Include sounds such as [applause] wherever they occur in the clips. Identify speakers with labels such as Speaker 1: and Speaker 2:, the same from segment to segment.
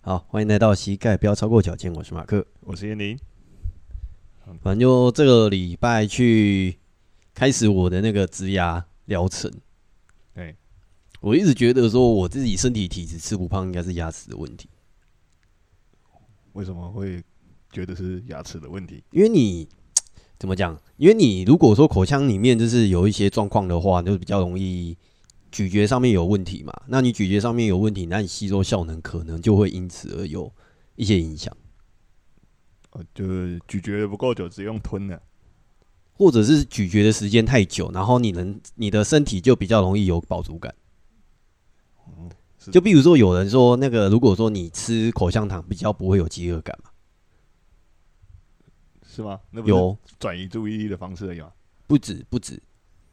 Speaker 1: 好，欢迎来到膝盖不要超过脚尖，我是马克。
Speaker 2: 我是燕玲。
Speaker 1: 反正就这个礼拜去开始我的那个植牙疗程。
Speaker 2: 对，
Speaker 1: 我一直觉得说我自己身体体质吃不胖，应该是牙齿的问题，
Speaker 2: 为什么会觉得是牙齿的问题？
Speaker 1: 因为你怎么讲？因为你如果说口腔里面就是有一些状况的话，就比较容易咀嚼上面有问题嘛。那你咀嚼上面有问题，那你吸收效能可能就会因此而有一些影响。
Speaker 2: 呃，就是咀嚼的不够久，只用吞的。
Speaker 1: 或者是咀嚼的时间太久，然后你能你的身体就比较容易有饱足感。
Speaker 2: 嗯是
Speaker 1: 就比如说有人说那个，如果说你吃口香糖比较不会有饥饿感嘛，
Speaker 2: 是吗？那不是
Speaker 1: 有
Speaker 2: 转移注意力的方式而已吗？
Speaker 1: 不止不止，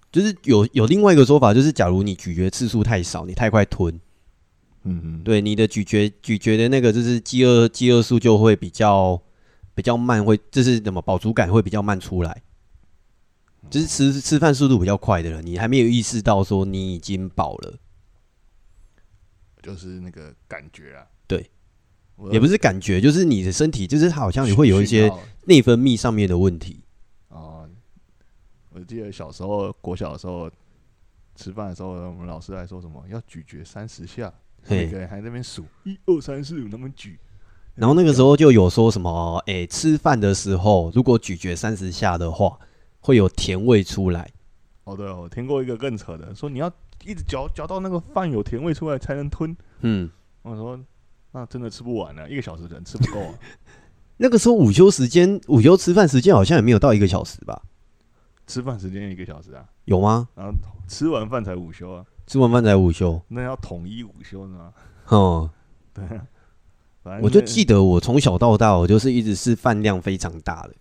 Speaker 1: 就是有有另外一个说法，就是假如你咀嚼次数太少，你太快吞，
Speaker 2: 嗯嗯，
Speaker 1: 对你的咀嚼咀嚼的那个就是饥饿饥饿素就会比较比较慢，会就是怎么饱足感会比较慢出来，
Speaker 2: 嗯
Speaker 1: 就是吃吃饭速度比较快的人，你还没有意识到说你已经饱了。
Speaker 2: 就是那个感觉啊。
Speaker 1: 对
Speaker 2: 我，
Speaker 1: 也不是感觉，就是你的身体，就是它好像你会有一
Speaker 2: 讯
Speaker 1: 些
Speaker 2: 号
Speaker 1: 内分泌上面的问题。
Speaker 2: 哦。我记得小时候，国小的时候吃饭的时候，我们老师还说什么要咀嚼三十下，每
Speaker 1: 嘿
Speaker 2: 个，人还在那边数一二三四五，那么咀。
Speaker 1: 然后那个时候就有说什么，诶、吃饭的时候如果咀嚼三十下的话，会有甜味出来。
Speaker 2: 哦，对，我听过一个更扯的，说你要一直嚼嚼到那个饭有甜味出来才能吞。
Speaker 1: 嗯，
Speaker 2: 我说那真的吃不完了、啊一个小时人吃不够啊， [laughs]
Speaker 1: 那个时候午休时间，午休吃饭时间好像也没有到一个小时吧？
Speaker 2: 吃饭时间一个小时啊，
Speaker 1: 有吗？
Speaker 2: 然后吃完饭才午休啊，
Speaker 1: 吃完饭才午休。
Speaker 2: 那要统一午休呢。
Speaker 1: 嗯，
Speaker 2: [laughs] 对啊，反正
Speaker 1: 我就
Speaker 2: 那
Speaker 1: 记得我从小到大，我就是一直是饭量非常大的。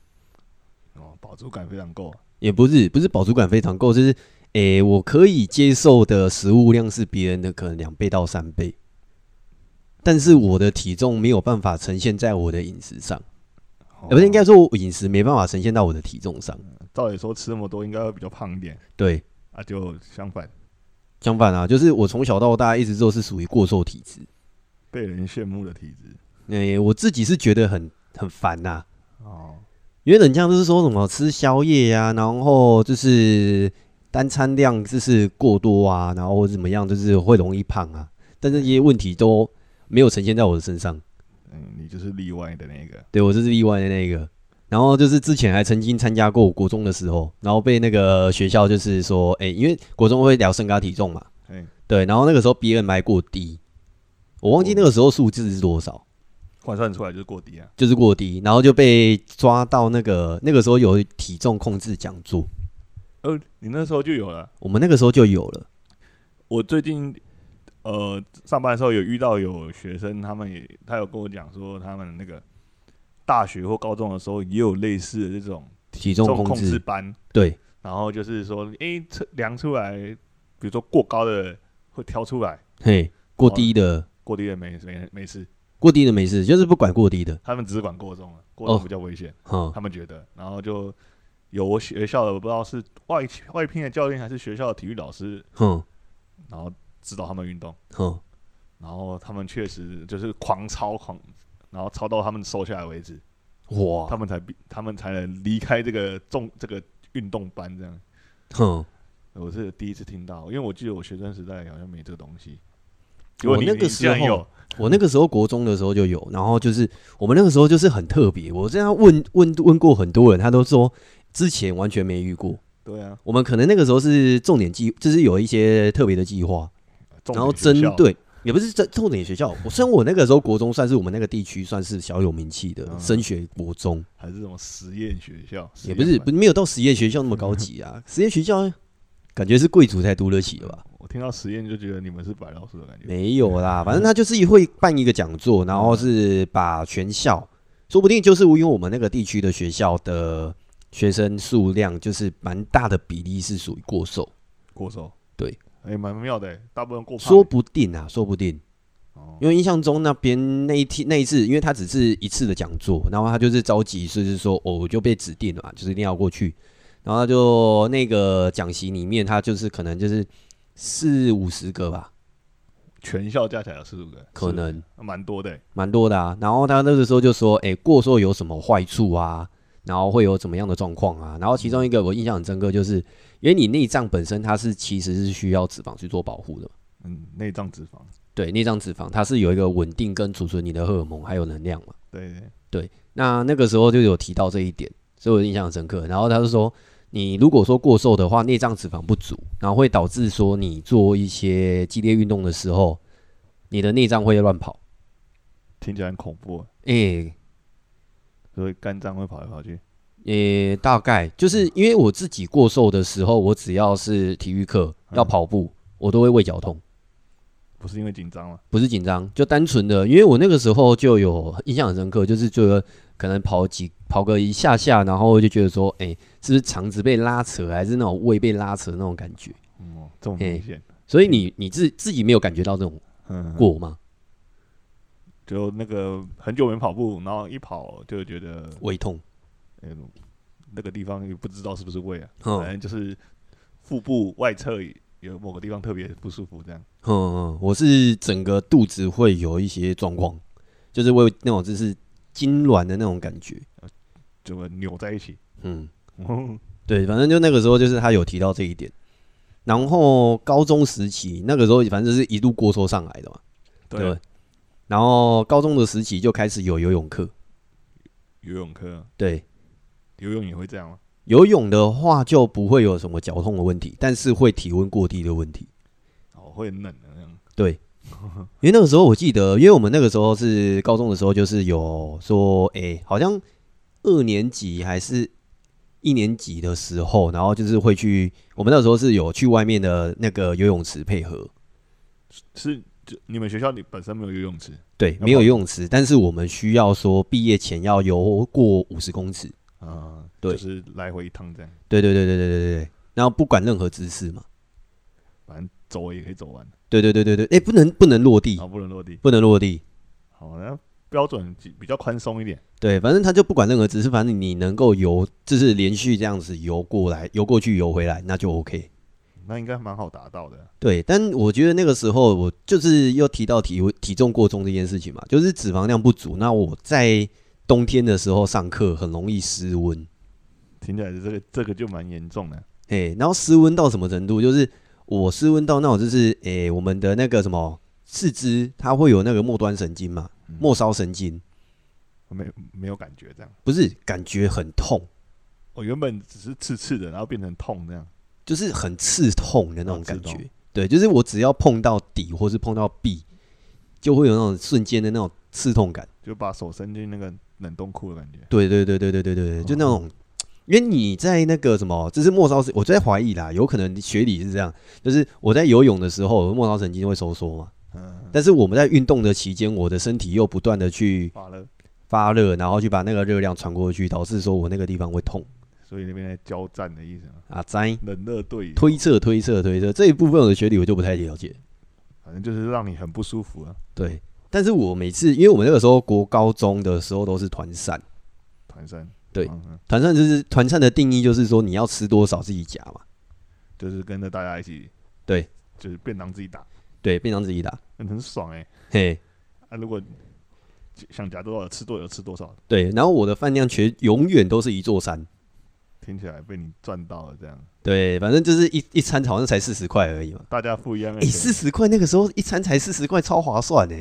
Speaker 2: 哦，饱足感非常够啊、
Speaker 1: 也不是不是饱足感非常够，就是诶、我可以接受的食物量是别人的可能两倍到三倍，但是我的体重没有办法呈现在我的饮食上，
Speaker 2: 哦
Speaker 1: 呃不是应该说我饮食没办法呈现到我的体重上。
Speaker 2: 照理说吃那么多应该会比较胖一点
Speaker 1: 对，
Speaker 2: 啊，就相反
Speaker 1: 相反啊，就是我从小到大一直都是属于过瘦体质，
Speaker 2: 被人羡慕的体质
Speaker 1: 诶、我自己是觉得很很烦啊呐、
Speaker 2: 哦，
Speaker 1: 因为人家都是说什么吃宵夜呀、然后就是单餐量就是过多啊，然后或者怎么样，就是会容易胖啊。但这些问题都没有呈现在我的身上，
Speaker 2: 嗯，你就是例外的那个
Speaker 1: 对我就是例外的那一个。然后就是之前还曾经参加过我国中的时候，然后被那个学校就是说，哎、因为国中会聊身高体重嘛，
Speaker 2: 哎，
Speaker 1: 对，然后那个时候 BMI 过低，我忘记那个时候数字是多少，
Speaker 2: 换算出来就是过低啊，
Speaker 1: 就是过低，然后就被抓到那个那个时候有体重控制讲座，
Speaker 2: 呃，你那时候就有了。
Speaker 1: 我们那个时候就有了。
Speaker 2: 我最近呃上班的时候有遇到有学生，他们也他有跟我讲说，他们那个大学或高中的时候也有类似的这种
Speaker 1: 体
Speaker 2: 这
Speaker 1: 重
Speaker 2: 种
Speaker 1: 控
Speaker 2: 控制
Speaker 1: 制，
Speaker 2: 班，
Speaker 1: 对，
Speaker 2: 然后就是说，诶，测量出来，比如说过高的会挑出来，
Speaker 1: 嘿，过低的，
Speaker 2: 过低的没没没事，
Speaker 1: 过低的没事，就是不管过低的，
Speaker 2: 他们只管过重了，过重比较危险，
Speaker 1: 哈、
Speaker 2: 他们觉得，然后就。有我学校的，我不知道是外外聘的教练还是学校的体育老师，
Speaker 1: 哼
Speaker 2: 然后指导他们运动。
Speaker 1: 哼，
Speaker 2: 然后他们确实就是狂抄狂，然后抄到他们瘦下来为止，他
Speaker 1: 哇，
Speaker 2: 们才比他们才能离开这个重这个运动班这样。
Speaker 1: 哼，
Speaker 2: 我是第一次听到，因为我记得我学生时代好像没这个东西。结
Speaker 1: 我
Speaker 2: 果你
Speaker 1: 哦那个
Speaker 2: 你
Speaker 1: 时
Speaker 2: 竟然
Speaker 1: 候
Speaker 2: 有
Speaker 1: 我那个时候国中的时候就有，然后就是我们那个时候就是很特别，我这样问问问过很多人，他都说之前完全没遇过。
Speaker 2: 对啊，
Speaker 1: 我们可能那个时候是重点计，就是有一些特别的计划，
Speaker 2: 重
Speaker 1: 然后
Speaker 2: 点
Speaker 1: 针
Speaker 2: 学校
Speaker 1: 对也不是针重点学校。我虽然我那个时候国中算是我们那个地区算是小有名气的
Speaker 2: 嗯
Speaker 1: 升学国中，
Speaker 2: 还是什么实验学校，实
Speaker 1: 也
Speaker 2: 验
Speaker 1: 不是
Speaker 2: 班
Speaker 1: 不没有到实验学校那么高级啊，实验学校感觉是贵族才读得起的吧？
Speaker 2: 我听到实验就觉得你们是白老鼠的感觉。
Speaker 1: 没有啦，反正他就是会办一个讲座，然后是把全校，说不定就是因为我们那个地区的学校的学生数量就是蛮大的比例是属于过瘦，
Speaker 2: 过瘦，
Speaker 1: 对，
Speaker 2: 哎，蛮妙的，大部分过胖
Speaker 1: 说不定啊，说不定，
Speaker 2: 哦
Speaker 1: 因为印象中那边那一天那一次，因为他只是一次的讲座，然后他就是召集，就是说哦，我就被指定了嘛，就是一定要过去。然后他就那个讲席里面，他就是可能就是四五十个吧，
Speaker 2: 全校加起来有四十五个人，
Speaker 1: 可能
Speaker 2: 是蛮多的欸、
Speaker 1: 蛮多的啊。然后他那个时候就说，哎、过瘦有什么坏处啊？然后会有怎么样的状况啊？然后其中一个我印象很深刻，就是因为你内脏本身它是其实是需要脂肪去做保护的嘛，
Speaker 2: 嗯，内脏脂肪，
Speaker 1: 对，内脏脂肪它是有一个稳定跟储存你的荷尔蒙还有能量嘛。
Speaker 2: 对对，
Speaker 1: 那那个时候就有提到这一点，所以我印象很深刻。然后他就说，你如果说过瘦的话，内脏脂肪不足，然后会导致说你做一些激烈运动的时候，你的内脏会乱跑。
Speaker 2: 听起来很恐怖欸，
Speaker 1: 诶、
Speaker 2: 所以肝脏会跑来跑去。
Speaker 1: 诶、大概就是因为我自己过瘦的时候，我只要是体育课要跑步，我都会胃绞痛，
Speaker 2: 不是因为紧张吗？
Speaker 1: 不是紧张，就单纯的，因为我那个时候就有印象很深刻，就是觉得可能跑几跑个一下下，然后就觉得说，诶、是不是肠子被拉扯，还是那种胃被拉扯那种感觉？
Speaker 2: 嗯，哦这么
Speaker 1: 嘿
Speaker 2: 明显，
Speaker 1: 所以你你自自己没有感觉到这种
Speaker 2: 嗯，
Speaker 1: 过吗？
Speaker 2: 就那个很久没跑步，然后一跑就觉得，
Speaker 1: 胃痛，
Speaker 2: 嗯，那个地方也不知道是不是胃啊，反
Speaker 1: 嗯
Speaker 2: 正就是腹部外侧有某个地方特别不舒服，这样。
Speaker 1: 嗯嗯，我是整个肚子会有一些状况，就是我有那种就是痉挛的那种感觉，
Speaker 2: 就会扭在一起， [laughs]
Speaker 1: 嗯，
Speaker 2: 嗯
Speaker 1: 对，反正就那个时候就是他有提到这一点，然后高中时期那个时候反正就是一路过瘦上来的嘛，对
Speaker 2: 对啊
Speaker 1: 吧，，然后高中的时期就开始有游泳课，
Speaker 2: 游泳课
Speaker 1: 对，
Speaker 2: 游泳也会这样吗？
Speaker 1: 游泳的话就不会有什么绞痛的问题，但是会体温过低的问题。
Speaker 2: 哦，会很冷的那样。
Speaker 1: 对，因为那个时候我记得，因为我们那个时候是高中的时候，就是有说，哎、好像二年级还是一年级的时候，然后就是会去，我们那时候是有去外面的那个游泳池配合，
Speaker 2: 是就你们学校里本身没有游泳池
Speaker 1: 对，
Speaker 2: 跑
Speaker 1: 没有游泳池，但是我们需要说毕业前要游过五十公尺，
Speaker 2: 啊？
Speaker 1: 对
Speaker 2: 就是来回一趟这样，
Speaker 1: 对对对对对对对对，然后不管任何姿势嘛，
Speaker 2: 反正走也可以走完，
Speaker 1: 对对对对对，哎、不能不能落地
Speaker 2: 然，后不能落地。
Speaker 1: 不能落地，
Speaker 2: 好，那标准比比较宽松一点。
Speaker 1: 对，反正他就不管任何姿势，反正你能够游，就是连续这样子游过来、游过去、游回来，那就 OK。
Speaker 2: 那应该蛮好达到的。
Speaker 1: 对，但我觉得那个时候我就是又提到体体重过重这件事情嘛，就是脂肪量不足。那我在冬天的时候上课很容易失温，
Speaker 2: 听起来这个这个就蛮严重的，
Speaker 1: 哎，然后失温到什么程度？就是我失温到那种就是，哎，我们的那个什么四肢它会有那个末端神经嘛，
Speaker 2: 嗯
Speaker 1: 末梢神经，
Speaker 2: 没没有感觉这样。
Speaker 1: 不是感觉很痛，
Speaker 2: 我、原本只是刺刺的，然后变成痛这样。
Speaker 1: 就是很刺痛的那种
Speaker 2: 哦
Speaker 1: 感
Speaker 2: 刺
Speaker 1: 觉
Speaker 2: 痛。
Speaker 1: 对，就是我只要碰到底或是碰到壁，就会有那种瞬间的那种刺痛感。
Speaker 2: 就把手伸进那个冷冻库的感觉，
Speaker 1: 对对对对对对对对，就那种，因为你在那个什么，就是末梢神，我在怀疑啦，有可能学理是这样，就是我在游泳的时候，我的末梢神经会收缩嘛，
Speaker 2: 嗯，
Speaker 1: 但是我们在运动的期间，我的身体又不断的去
Speaker 2: 发了，
Speaker 1: 发热，然后去把那个热量传过去，导致说我那个地方会痛
Speaker 2: 所以那边在交战的意思嘛，
Speaker 1: 啊，灾。
Speaker 2: 冷热对饮，
Speaker 1: 推测推测推测这一部分我的学理我就不太了解，
Speaker 2: 反正就是让你很不舒服啊。
Speaker 1: 对，但是我每次，因为我们那个时候国高中的时候都是团扇，
Speaker 2: 团山，
Speaker 1: 对
Speaker 2: 嗯嗯
Speaker 1: 团扇就是团扇的定义就是说你要吃多少自己夹嘛，
Speaker 2: 就是跟着大家一起，
Speaker 1: 对，
Speaker 2: 就是便当自己打，
Speaker 1: 对，便当自己打，
Speaker 2: 嗯很爽哎、
Speaker 1: 嘿，
Speaker 2: 啊，如果想夹多少吃多少吃多少，
Speaker 1: 对，然后我的饭量全永远都是一座山，
Speaker 2: 听起来被你赚到了这样，
Speaker 1: 对，反正就是一一餐好像才四十块而已嘛，
Speaker 2: 大家付一样的
Speaker 1: 诶、
Speaker 2: 钱，
Speaker 1: 四十块那个时候一餐才四十块，超划算呢、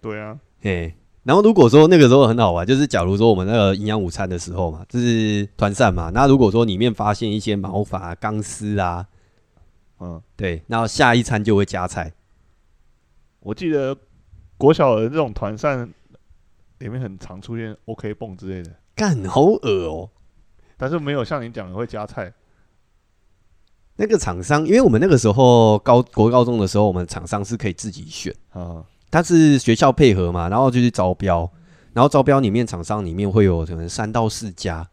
Speaker 2: 对啊，
Speaker 1: 嘿。然后如果说那个时候很好玩，就是假如说我们那个营养午餐的时候嘛，就是团扇嘛，那如果说里面发现一些毛发、钢丝啊，
Speaker 2: 嗯，
Speaker 1: 对，然后下一餐就会加菜，
Speaker 2: 我记得国小的这种团扇里面很常出现 OK 泵之类的，
Speaker 1: 干好恶哦、
Speaker 2: 但是没有像你讲的会加菜，
Speaker 1: 那个厂商，因为我们那个时候高国高中的时候，我们厂商是可以自己选，
Speaker 2: 啊，
Speaker 1: 它是学校配合嘛，然后就去招标，然后招标里面厂商里面会有可能三到四家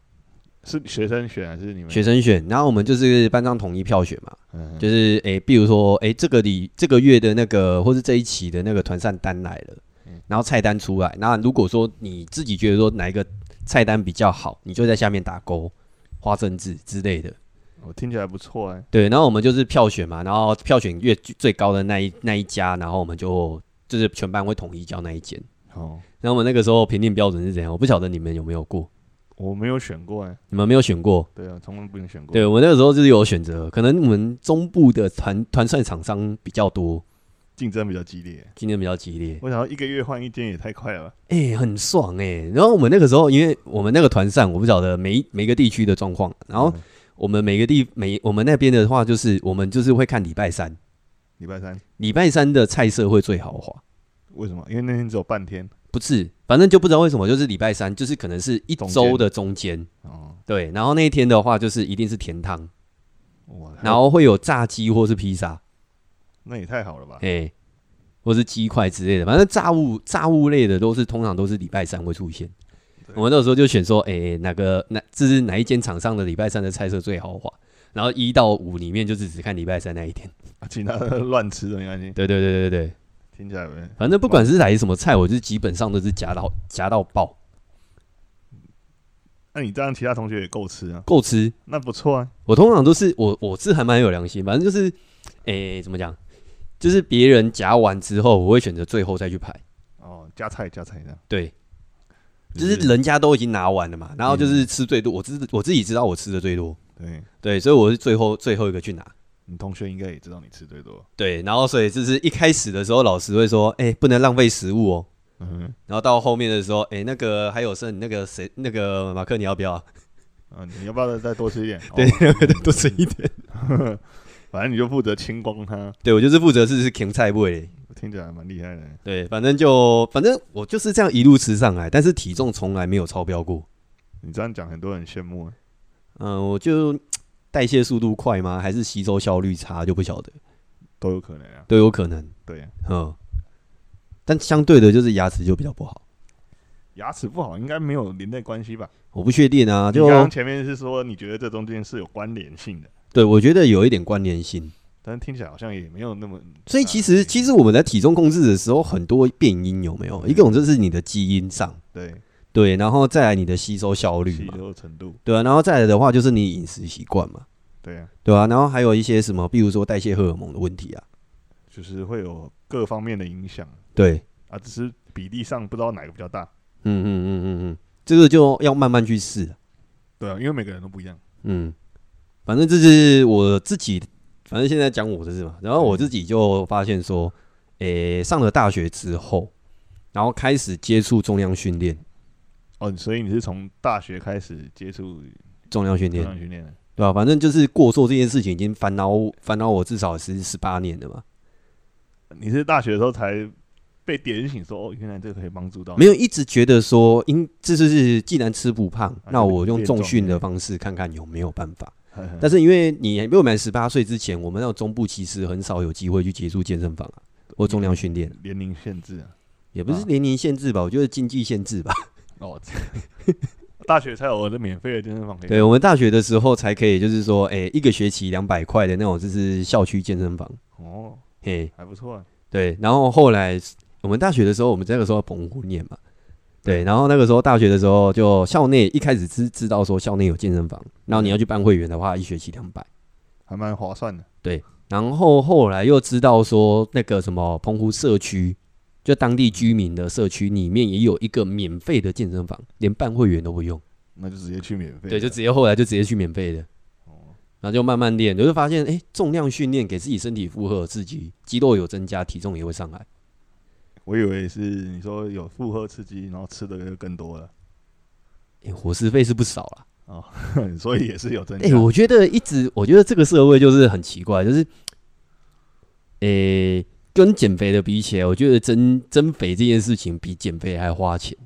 Speaker 2: 是学生选还是你们
Speaker 1: 学生选，然后我们就是班上统一票选嘛，
Speaker 2: 嗯，
Speaker 1: 就是诶，比如说诶，这个里这个月的那个或是这一期的那个团扇单来了
Speaker 2: 嗯，
Speaker 1: 然后菜单出来，那如果说你自己觉得说哪一个菜单比较好，你就在下面打勾，花正字之类的，
Speaker 2: 我听起来不错哎、
Speaker 1: 对，然后我们就是票选嘛，然后票选越最高的那一那一家，然后我们就就是全班会统一叫那一间。
Speaker 2: 哦，
Speaker 1: 然后我们那个时候评定标准是怎样？我不晓得你们有没有过，
Speaker 2: 我没有选过哎、
Speaker 1: 你们没有选过。
Speaker 2: 对啊，从来不能选过。
Speaker 1: 对我们那个时候就是有选择，可能我们中部的团团算厂商比较多，
Speaker 2: 竞争比较激烈。
Speaker 1: 竞争比较激烈，
Speaker 2: 我想要一个月换一间也太快了吧？
Speaker 1: 哎、很爽哎、然后我们那个时候，因为我们那个团扇，我不晓得每一每个地区的状况，然后
Speaker 2: 嗯
Speaker 1: 我们每个地每我们那边的话，就是我们就是会看礼拜三，
Speaker 2: 礼拜三
Speaker 1: 礼拜三的菜色会最豪华。
Speaker 2: 为什么？因为那天只有半天。
Speaker 1: 不是，反正就不知道为什么，就是礼拜三，就是可能是一周的中间，
Speaker 2: 哦，
Speaker 1: 对。然后那一天的话，就是一定是甜汤，
Speaker 2: 哇，
Speaker 1: 然后会有炸鸡或是披萨，
Speaker 2: 那也太好了吧？
Speaker 1: 哎、或是鸡块之类的，反正炸物炸物类的都是通常都是礼拜三会出现。
Speaker 2: 对
Speaker 1: 我们那时候就选说，哎、哪个哪这是哪一间厂商的礼拜三的菜色最豪华？然后一到五里面就是只看礼拜三那一天。
Speaker 2: 啊其他的 [laughs] 乱吃的没关系，
Speaker 1: 对对对对对，
Speaker 2: 听起来没
Speaker 1: 反正不管是来什么菜，我就是基本上都是夹到夹到爆，
Speaker 2: 那、你这样其他同学也够吃啊，
Speaker 1: 够吃。
Speaker 2: 那不错啊。
Speaker 1: 我通常都是我我是还蛮有良心，反正就是，诶、怎么讲，就是别人夹完之后，我会选择最后再去排。
Speaker 2: 哦，加菜加菜这样，
Speaker 1: 对，就是人家都已经拿完了嘛，然后就是吃最多，我自我自己知道我吃的最多，
Speaker 2: 对
Speaker 1: 对，所以我是最后最后一个去拿。
Speaker 2: 你同学应该也知道你吃最多。
Speaker 1: 对，然后所以就是一开始的时候，老师会说，哎、不能浪费食物哦。
Speaker 2: 嗯
Speaker 1: 然后到后面的时候，哎、那个还有剩，你那个谁，那个马克你要不要啊？ [laughs]
Speaker 2: 啊，你要不要再多吃一 [laughs] 点？哦
Speaker 1: 对，多吃一点。
Speaker 2: [laughs] 反正你就负责清光它，
Speaker 1: 对我就是负责是是芹菜味的。
Speaker 2: 听起来蛮厉害的。
Speaker 1: 对，反正就反正我就是这样一路吃上来，但是体重从来没有超标过。
Speaker 2: 你这样讲，很多人羡慕啊。
Speaker 1: 嗯、我就代谢速度快吗？还是吸收效率差就不晓得，
Speaker 2: 都有可能啊。
Speaker 1: 都有可能。
Speaker 2: 对啊，
Speaker 1: 嗯，但相对的就是牙齿就比较不好，
Speaker 2: 牙齿不好应该没有连带关系吧？
Speaker 1: 我不确定啊。
Speaker 2: 你
Speaker 1: 就
Speaker 2: 刚刚前面是说你觉得这中间是有关联性的，
Speaker 1: 对我觉得有一点关联性，
Speaker 2: 但是听起来好像也没有那么。
Speaker 1: 所以其实、
Speaker 2: 啊
Speaker 1: 其实我们在体重控制的时候，很多变因有没有？
Speaker 2: 嗯
Speaker 1: 一种就是你的基因上，
Speaker 2: 对
Speaker 1: 对，然后再来你的吸收效率
Speaker 2: 吸
Speaker 1: 嘛，
Speaker 2: 收程度，
Speaker 1: 对啊，然后再来的话就是你饮食习惯嘛，
Speaker 2: 对啊，
Speaker 1: 对啊，然后还有一些什么，比如说代谢荷尔蒙的问题啊，
Speaker 2: 就是会有各方面的影响
Speaker 1: 对，
Speaker 2: 啊，只是比例上不知道哪个比较大。
Speaker 1: 嗯嗯嗯嗯嗯，这个就要慢慢去试。
Speaker 2: 对啊，因为每个人都不一样。
Speaker 1: 嗯，反正这是我自己，反正现在讲我的是嘛。然后我自己就发现说，诶、上了大学之后，然后开始接触重量训练，
Speaker 2: 哦，所以你是从大学开始接触
Speaker 1: 重量训
Speaker 2: 重
Speaker 1: 练，
Speaker 2: 量训练的，
Speaker 1: 对吧、反正就是过瘦这件事情已经烦恼烦恼我至少是十八年了嘛。
Speaker 2: 你是大学的时候才被点醒说，哦，原来这个可以帮助到你
Speaker 1: 没有一直觉得说，因这就是既然吃不胖，那我用重训
Speaker 2: 练
Speaker 1: 的
Speaker 2: 重
Speaker 1: 方式看看有没有办法。但
Speaker 2: 但
Speaker 1: 是因为你还没有满十八岁之前，我们那种中部其实很少有机会去接触健身房啊，或重量训练，
Speaker 2: 年龄限制啊，
Speaker 1: 也不是
Speaker 2: 啊
Speaker 1: 年龄限制吧，我觉得经济限制吧。
Speaker 2: 哦，大学才有的免费的健身房可以。
Speaker 1: 对我们大学的时候才可以，就是说，哎、一个学期两百块的那种，就是校区健身房，
Speaker 2: 哦，
Speaker 1: 嘿，
Speaker 2: 还不错啊。
Speaker 1: 对。然后后来我们大学的时候，我们那个时候澎湖念嘛，对。然后那个时候大学的时候，就校内一开始知知道说校内有健身房，然后你要去办会员的话，一学期两百。
Speaker 2: 还蛮划算的。
Speaker 1: 然后后来又知道说那个什么澎湖社区，就当地居民的社区里面也有一个免费的健身房，连办会员都不用。
Speaker 2: 那就直接去免费的。
Speaker 1: 对，就哦直接后来就直接去免费的，然后就慢慢练，你就发现，哎、重量训练给自己身体负荷，自己肌肉有增加，体重也会上来。
Speaker 2: 我以为是你说有负荷刺激，然后吃的就更多了，
Speaker 1: 哎、伙食费是不少啦。
Speaker 2: [laughs] 所以也是有增加。
Speaker 1: 哎、我觉得一直，我觉得这个社会就是很奇怪，就是，哎、跟减肥的比起来，我觉得增增肥这件事情比减肥还花钱。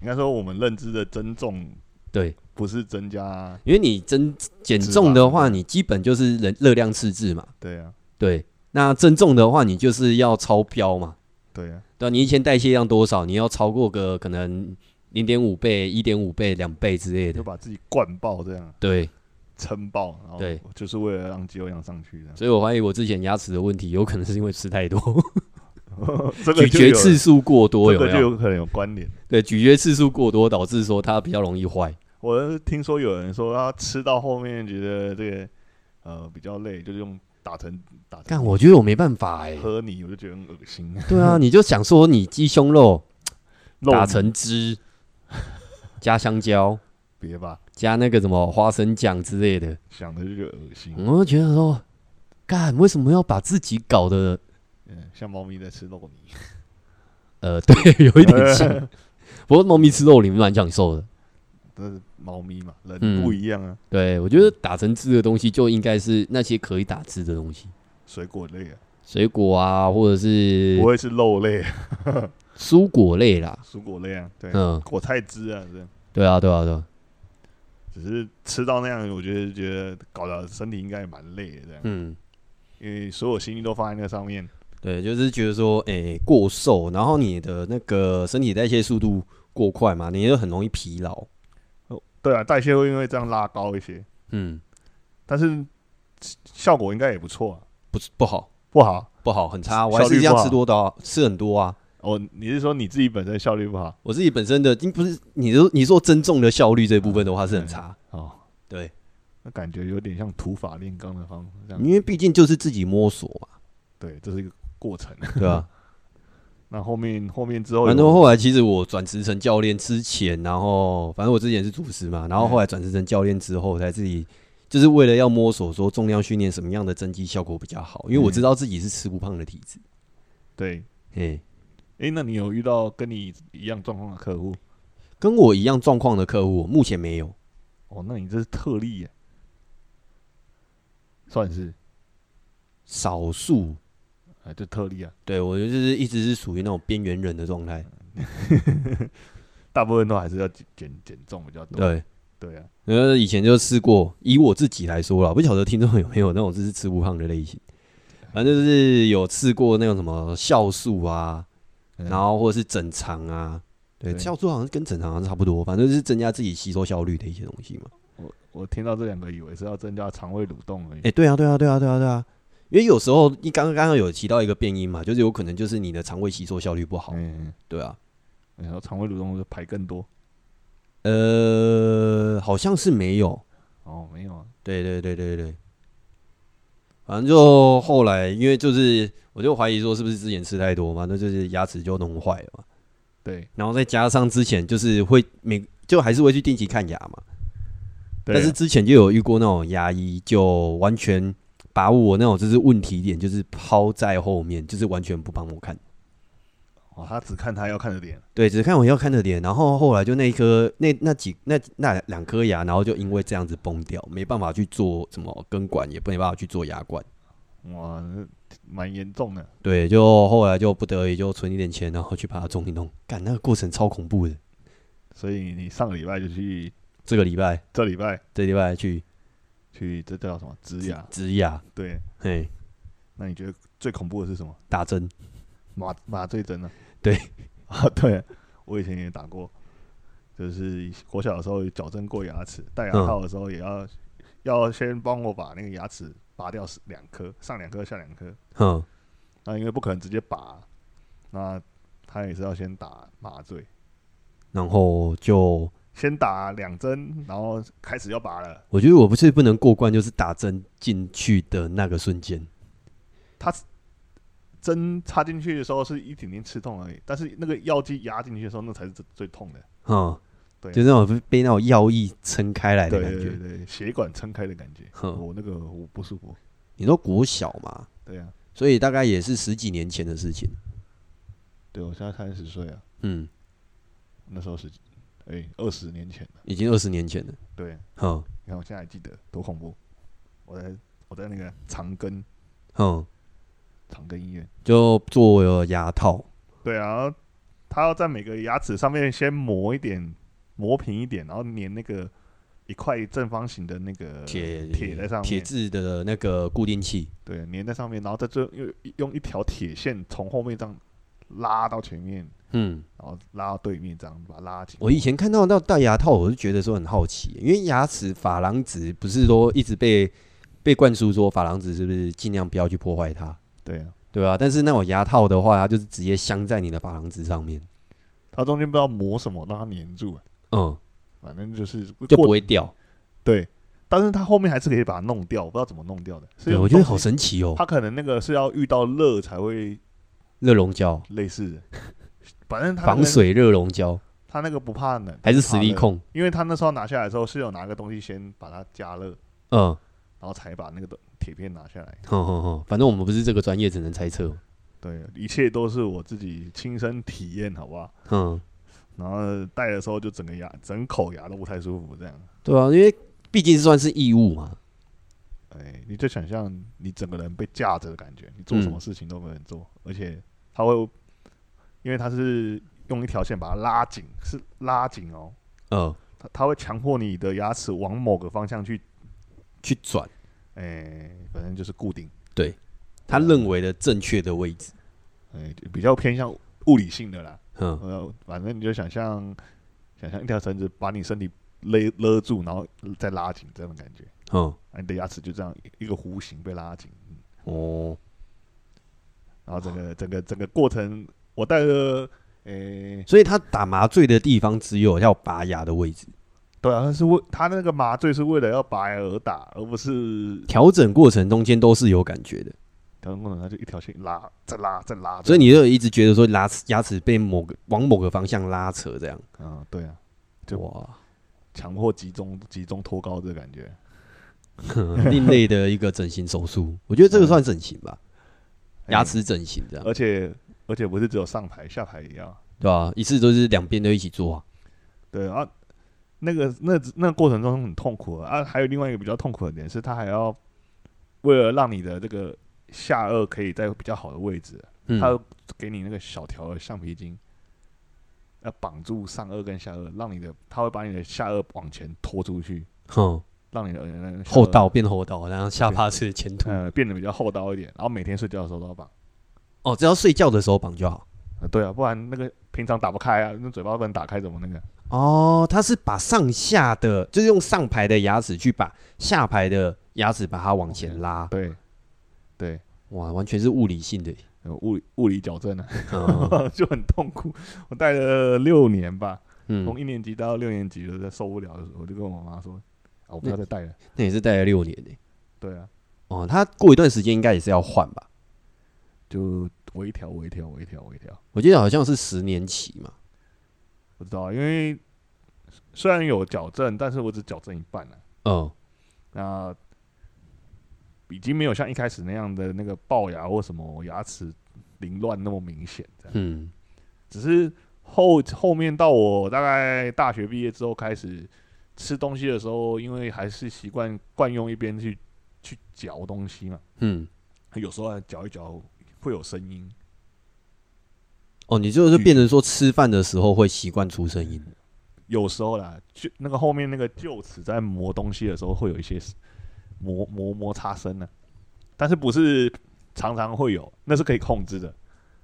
Speaker 2: 应该说我们认知的增重
Speaker 1: 对，
Speaker 2: 不是增加啊，
Speaker 1: 因为你增减重的啊话，你基本就是热热量赤字嘛。
Speaker 2: 对啊，
Speaker 1: 对，那增重的话，你就是要超标嘛。
Speaker 2: 对啊，
Speaker 1: 对啊，你一天代谢量多少？你要超过个可能零点五倍、一点五倍、两倍之类
Speaker 2: 就
Speaker 1: 的。
Speaker 2: 把自己灌爆这样，
Speaker 1: 对，
Speaker 2: 撑爆，然后
Speaker 1: 对
Speaker 2: 就是为了让肌肉量上去这
Speaker 1: 所以我怀疑我之前牙齿的问题，有可能是因为吃太多，
Speaker 2: 样。 [laughs] 这个
Speaker 1: 咀
Speaker 2: 就
Speaker 1: 嚼
Speaker 2: 有
Speaker 1: 次数过多，
Speaker 2: 这
Speaker 1: 有
Speaker 2: 个
Speaker 1: 没
Speaker 2: 就
Speaker 1: 有？
Speaker 2: 有可能有关联。
Speaker 1: 对，咀嚼次数过多导致说它比较容易坏。
Speaker 2: 我听说有人说他吃到后面觉得这个呃比较累，就是用打成打
Speaker 1: 但
Speaker 2: 成
Speaker 1: 我觉得我没办法哎、
Speaker 2: 喝泥，我就觉得很恶心。
Speaker 1: [laughs] 对啊，你就想说你鸡胸肉
Speaker 2: 肉
Speaker 1: 打
Speaker 2: [laughs] 泥
Speaker 1: 成汁，加香蕉，
Speaker 2: 别吧，
Speaker 1: 加那个什么花生酱之类的，
Speaker 2: 想着就觉得恶心。
Speaker 1: 我就觉得说，干为什么要把自己搞得
Speaker 2: 嗯，像猫咪在吃肉泥，
Speaker 1: 呃，对，有一
Speaker 2: [laughs]
Speaker 1: 点像。不过猫咪吃肉里面蛮享受的。
Speaker 2: 但是猫咪嘛，人
Speaker 1: 嗯
Speaker 2: 不一样啊，
Speaker 1: 对，我觉得打成汁的东西就应该是那些可以打汁的东西，
Speaker 2: 水果类啊，
Speaker 1: 水果啊，或者是
Speaker 2: 不会是肉类、啊，
Speaker 1: 蔬果类啦。
Speaker 2: 蔬果类啊，对，
Speaker 1: 嗯，
Speaker 2: 果菜汁啊，这样。
Speaker 1: 对啊，对啊，对啊。
Speaker 2: 只是吃到那样，我觉得觉得搞得身体应该也蛮累的这样，
Speaker 1: 嗯，
Speaker 2: 因为所有心力都放在那上面。
Speaker 1: 对，就是觉得说，诶、过瘦，然后你的那个身体代谢速度过快嘛，你就很容易疲劳。
Speaker 2: 对啊，代谢会因为这样拉高一些，
Speaker 1: 嗯，
Speaker 2: 但是效果应该也不错啊。
Speaker 1: 不是不好，
Speaker 2: 不好，
Speaker 1: 不好，很差。我
Speaker 2: 效
Speaker 1: 还是
Speaker 2: 率
Speaker 1: 这样
Speaker 2: 不好
Speaker 1: 吃多的啊、吃很多啊。
Speaker 2: 哦，你是说你自己本身效率不好？
Speaker 1: 我自己本身的，不是你说你说增重的效率这部分的话是很差。
Speaker 2: 哦，
Speaker 1: 对，
Speaker 2: 那感觉有点像土法炼钢的方法这样。
Speaker 1: 因为毕竟就是自己摸索嘛，
Speaker 2: 对，这是一个过程。 [laughs]
Speaker 1: 对吧、
Speaker 2: 那后面后面之后有，
Speaker 1: 反正后来其实我转职成教练之前，然后反正我之前是主食嘛，然后后来转职成教练之后，才自己就是为了要摸索说重量训练什么样的增肌效果比较好，因为我
Speaker 2: 嗯
Speaker 1: 知道自己是吃不胖的体质。
Speaker 2: 对，
Speaker 1: 嘿，
Speaker 2: 诶，那你有遇到跟你一样状况的客户？
Speaker 1: 跟我一样状况的客户，目前没有。
Speaker 2: 哦，那你这是特例耶，算是
Speaker 1: 少数，
Speaker 2: 啊，这特例啊，
Speaker 1: 对我就是一直是属于那种边缘人的状态。
Speaker 2: 大部分都还是要减减减重比较多。
Speaker 1: 对，
Speaker 2: 对啊，
Speaker 1: 然后以前就试过，以我自己来说啦，不晓得听众有没有那种 [laughs] 就是吃不胖的类型，反正就是有试过那种什么酵素啊，
Speaker 2: 嗯
Speaker 1: 然后或者是整肠啊，对，
Speaker 2: 对
Speaker 1: 酵素好像跟整肠好像差不多，反正就是增加自己吸收效率的一些东西嘛。
Speaker 2: 我嗯我听到这两个，以为是要增加肠胃蠕动而已。嗯
Speaker 1: 哎、对啊，对啊，对啊，对啊，对啊，因为有时候你刚刚刚刚有提到一个变因嘛，就是有可能就是你的肠胃吸收效率不好，
Speaker 2: 嗯，
Speaker 1: 对啊，
Speaker 2: 嗯然后肠胃蠕动就排更多。
Speaker 1: 呃，好像是没有，
Speaker 2: 哦，没有啊，
Speaker 1: 对对对对对，反正就后来，因为就是我就怀疑说是不是之前吃太多嘛，那就是牙齿就弄坏了嘛，
Speaker 2: 对，
Speaker 1: 然后再加上之前就是会每就还是会去定期看牙嘛，
Speaker 2: 对
Speaker 1: 但是
Speaker 2: 啊
Speaker 1: 之前就有遇过那种牙医，就完全把我那种就是问题点就是抛在后面，就是完全不帮我看，
Speaker 2: 哦，他只看他要看的点，
Speaker 1: 对，只看我要看的点，然后后来就那一颗那那几那那两颗牙，然后就因为这样子崩掉，没办法去做什么根管，也没办法去做牙管。
Speaker 2: 哇，那蛮严重的。
Speaker 1: 对，就后来就不得已就存一点钱，然后去把它种一弄。干，那个过程超恐怖的。
Speaker 2: 所以你上个礼拜就去，
Speaker 1: 这个礼拜，
Speaker 2: 这礼拜
Speaker 1: 这礼拜去
Speaker 2: 去，这叫什么植牙？
Speaker 1: 植牙，
Speaker 2: 对，
Speaker 1: 嘿，
Speaker 2: 那你觉得最恐怖的是什么？
Speaker 1: 打针。
Speaker 2: 麻麻醉针呢、啊？
Speaker 1: 对，
Speaker 2: 啊，对，我以前也打过，就是我小的时候矫正过牙齿，戴牙
Speaker 1: 嗯
Speaker 2: 套的时候也要、要先帮我把那个牙齿拔掉是两颗，上两颗下两颗，
Speaker 1: 哼，
Speaker 2: 那因为不可能直接拔，那他也是要先打麻醉，
Speaker 1: 然后就
Speaker 2: 先打两针，然后开始要拔了。
Speaker 1: 我觉得我不是不能过关，就是打针进去的那个瞬间，
Speaker 2: 针插进去的时候是一点点刺痛而已，但是那个药剂压进去的时候，那才是最最痛的。
Speaker 1: 哼，
Speaker 2: 对
Speaker 1: 就那种被那种药液撑开来的
Speaker 2: 对
Speaker 1: 感觉。
Speaker 2: 对对，血管撑开的感觉，我、
Speaker 1: 哼
Speaker 2: 那个我不舒服。
Speaker 1: 你说国小嘛，
Speaker 2: 对啊，
Speaker 1: 所以大概也是十几年前的事情。
Speaker 2: 对我现在三十岁啊，
Speaker 1: 嗯，
Speaker 2: 那时候是，哎、二十年前了。
Speaker 1: 已经二十年前了。
Speaker 2: 对，
Speaker 1: 哼
Speaker 2: 你看我现在还记得，多恐怖！我在我在那个长庚
Speaker 1: 哼，
Speaker 2: 长庚医院。
Speaker 1: 就做了牙套。
Speaker 2: 对啊，然后他要在每个牙齿上面先磨一点，磨平一点，然后粘那个一块正方形的那个
Speaker 1: 铁
Speaker 2: 呃铁在上
Speaker 1: 铁
Speaker 2: 面，
Speaker 1: 质的那个固定器，
Speaker 2: 对，粘在上面，然后再最后用用一条铁线从后面这样拉到前面，
Speaker 1: 嗯，
Speaker 2: 然后拉到对面这样把它拉紧。
Speaker 1: 我以前看到那戴牙套，我就觉得说很好奇，因为牙齿珐琅质不是说一直被被灌输说珐琅质是不是尽量不要去破坏它，
Speaker 2: 对啊，
Speaker 1: 对吧、但是那种牙套的话，它就是直接镶在你的珐琅质上面，
Speaker 2: 它中间不知道磨什么让它粘住、啊，
Speaker 1: 嗯，
Speaker 2: 反正就是
Speaker 1: 就不
Speaker 2: 过
Speaker 1: 会掉。
Speaker 2: 对，但是他后面还是可以把它弄掉，我不知道怎么弄掉的。所以
Speaker 1: 对，我觉得好神奇哦，
Speaker 2: 他可能那个是要遇到热才会
Speaker 1: 热熔胶，
Speaker 2: 类
Speaker 1: [laughs]
Speaker 2: 似的，反正他那
Speaker 1: 防
Speaker 2: 个，
Speaker 1: 水哎热熔胶
Speaker 2: 他那个不怕冷，
Speaker 1: 还是
Speaker 2: 不怕
Speaker 1: 实力
Speaker 2: 热，
Speaker 1: 控？
Speaker 2: 因为他那时候拿下来的时候是有拿个东西先把它加热，然
Speaker 1: 嗯，
Speaker 2: 后才把那个铁片拿下来。
Speaker 1: 哼哼哼，反正我们不是这个专业，只能猜测。
Speaker 2: 对，一切都是我自己亲身体验，好不好？
Speaker 1: 嗯，
Speaker 2: 然后戴的时候就整个牙、整口牙都不太舒服，这样。
Speaker 1: 对啊，因为毕竟算是义务嘛。
Speaker 2: 哎，你就想象你整个人被架着的感觉，你做什么事情都不能做，而且它会，因为它是用一条线把它拉紧，是拉紧哦，
Speaker 1: 嗯，
Speaker 2: 它它会强迫你的牙齿往某个方向去，
Speaker 1: 去转
Speaker 2: 哎，反正就是固定，
Speaker 1: 他认为的正确的位置。
Speaker 2: 哎，就比较偏向物理性的啦。
Speaker 1: 嗯，
Speaker 2: 呃，反正你就想象，想象一条绳子把你身体勒勒住，然后再拉紧这样的感觉，
Speaker 1: 嗯，
Speaker 2: 啊，你的牙齿就这样一个弧形被拉紧，
Speaker 1: 哦，
Speaker 2: 然后整个整个整个过程，我戴了，诶、
Speaker 1: 所以他打麻醉的地方只有要拔牙的位置，
Speaker 2: 对啊，他是为他那个麻醉是为了要拔牙而打，而不是
Speaker 1: 调整过程中间都是有感觉的，
Speaker 2: 调整过程，他就一条线拉，再拉，再拉。
Speaker 1: 所以
Speaker 2: 你
Speaker 1: 你就一直觉得说牙齿牙齿被某个往某个方向拉扯这样。
Speaker 2: 嗯，对啊，就 [laughs]
Speaker 1: 哇，
Speaker 2: 强迫集中集中脱高这个感觉，
Speaker 1: 另类的一个整形手术，我觉得这个算整形吧，牙齿整形这
Speaker 2: 哎，
Speaker 1: 样，
Speaker 2: 而且而且不是只有上排下排也要，
Speaker 1: 对吧、一次都是两边都一起做啊。
Speaker 2: 对啊，那个那那个过程中很痛苦啊。啊还有另外一个比较痛苦的点是，他还要为了让你的这个下颚可以在比较好的位置，
Speaker 1: 嗯，
Speaker 2: 他给你那个小条的橡皮筋，要绑住上颚跟下颚，让你的他会把你的下颚往前拖出去，
Speaker 1: 哼，
Speaker 2: 让你的呃
Speaker 1: 后，道变后道，然后下巴是前
Speaker 2: 下
Speaker 1: 凸
Speaker 2: 颚。呃变得比较厚道一点。然后每天睡觉的时候都要绑。
Speaker 1: 哦，只要睡觉的时候绑就好。
Speaker 2: 呃对啊，不然那个平常打不开啊，那嘴巴不能打开，怎么那个？
Speaker 1: 哦，他是把上下的，就是用上排的牙齿去把下排的牙齿把它往前拉。
Speaker 2: 对，哦对，
Speaker 1: 哇，完全是物理性的。
Speaker 2: 呃物理物理矫正啊， [laughs]
Speaker 1: 嗯
Speaker 2: 就很痛苦。我戴了六年吧，从
Speaker 1: 嗯，
Speaker 2: 一年级戴到六年级，我在受不了的时候，我就跟我妈说：“啊，我不要再戴了。
Speaker 1: 那也是戴了六年呢。”
Speaker 2: 对啊，
Speaker 1: 哦，他过一段时间应该也是要换吧？
Speaker 2: 就我一条，我一条，我一条，我一条。
Speaker 1: 我记得好像是十年期嘛。
Speaker 2: 不知道啊，因为虽然有矫正，但是我只矫正一半了、啊哦
Speaker 1: 嗯，
Speaker 2: 那已经没有像一开始那样的那个龅牙或什么牙齿凌乱那么明显，这样。
Speaker 1: 嗯，
Speaker 2: 只是后后面到我大概大学毕业之后开始吃东西的时候，因为还是习惯惯用一边去去嚼东西嘛，
Speaker 1: 嗯，
Speaker 2: 有时候还嚼一嚼会有声音，
Speaker 1: 哦，你就是变成说吃饭的时候会习惯出声音。
Speaker 2: 哦有时候啦，就那个后面那个臼齿在磨东西的时候会有一些磨磨摩擦声呢、但是不是常常会有，那是可以控制的。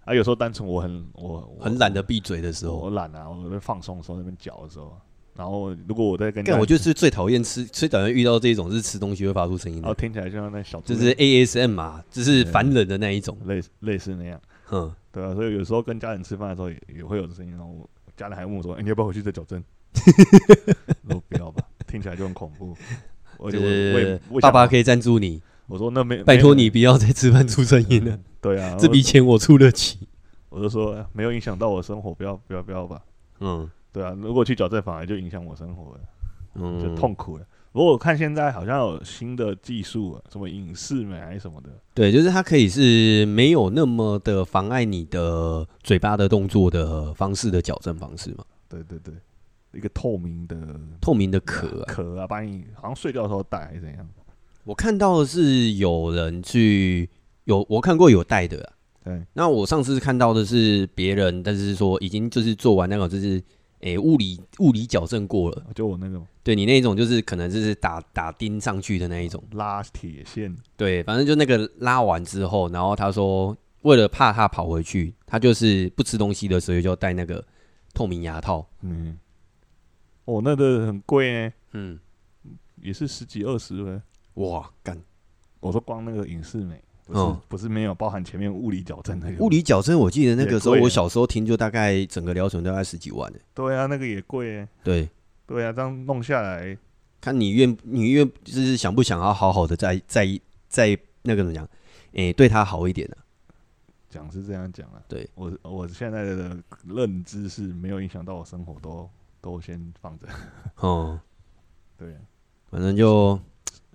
Speaker 2: 啊，有时候单纯我很我我
Speaker 1: 很懒得闭嘴的时候
Speaker 2: 我，懒啊，我在放松的时候那边嚼的时候，然后如果我在跟
Speaker 1: 干，我
Speaker 2: 就
Speaker 1: 就是最讨厌吃，最讨厌遇到这种是吃东西会发出声音
Speaker 2: 然后
Speaker 1: 的，
Speaker 2: 哦听起来就像那小猪
Speaker 1: 就是 ASM 嘛，就是烦人的那一种。
Speaker 2: 类类似那样，
Speaker 1: 嗯，
Speaker 2: 对啊，所以有时候跟家人吃饭的时候也也会有声音，然后我家人还问我说：“哎、你要不要回去再矫
Speaker 1: [laughs]
Speaker 2: 正？”我说：“不要吧，听起来就很恐怖。”我
Speaker 1: 就
Speaker 2: 就我也
Speaker 1: 是
Speaker 2: 我也
Speaker 1: 爸
Speaker 2: 想
Speaker 1: 爸可以赞助你，
Speaker 2: 我说那没，
Speaker 1: 拜托你
Speaker 2: 没
Speaker 1: 嗯
Speaker 2: 有，
Speaker 1: 不要再吃饭出声音了，
Speaker 2: [laughs] 对
Speaker 1: [laughs]
Speaker 2: 啊，
Speaker 1: 这笔钱我出得起。
Speaker 2: 我就说没有影响到我生活，不要不要不要吧，
Speaker 1: 嗯
Speaker 2: 对啊，如果去矫正反而就影响我生活了，
Speaker 1: 嗯，
Speaker 2: 就痛苦了。如果我看现在好像有新的技术啊，什么影视美还是什么的，
Speaker 1: 对，就是它可以是没有那么的妨碍你的嘴巴的动作的方式的矫正方式嘛，
Speaker 2: 对对对，一个透明的
Speaker 1: 透明的壳、啊。
Speaker 2: 壳啊，把你好像睡觉的时候戴还是怎样，
Speaker 1: 我看到的是有人去有我看过有戴的、啊，
Speaker 2: 对，
Speaker 1: 那我上次看到的是别人，但是说已经就是做完那种就是诶、物理物理矫正过了，
Speaker 2: 就我那个
Speaker 1: 对你那种就是可能就是打打钉上去的那一种。
Speaker 2: 拉铁线，
Speaker 1: 对，反正就那个拉完之后，然后他说为了怕他跑回去，他就是不吃东西的时候就戴那个透明牙套。
Speaker 2: 嗯，哦，那个很贵呢，
Speaker 1: 嗯，
Speaker 2: 也是十几二十呗。
Speaker 1: 哇，干
Speaker 2: 我说光那个影视美，不是、
Speaker 1: 嗯
Speaker 2: 不是没有包含前面物理矫正那个
Speaker 1: 物理矫正，我记得那个时候
Speaker 2: 也贵啊
Speaker 1: 我小时候听就大概整个疗程都要十几万的。欸
Speaker 2: 对啊，那个也贵耶。
Speaker 1: 对，
Speaker 2: 对啊，这样弄下来，
Speaker 1: 看你愿你愿就是想不想要好好的再再再那个怎么讲，诶、对他好一点啊呢、
Speaker 2: 讲是这样讲啊。
Speaker 1: 对
Speaker 2: 我我现在的认知是没有影响到我生活，都都先放着。 [laughs]
Speaker 1: 哦，
Speaker 2: 对啊，
Speaker 1: 反正就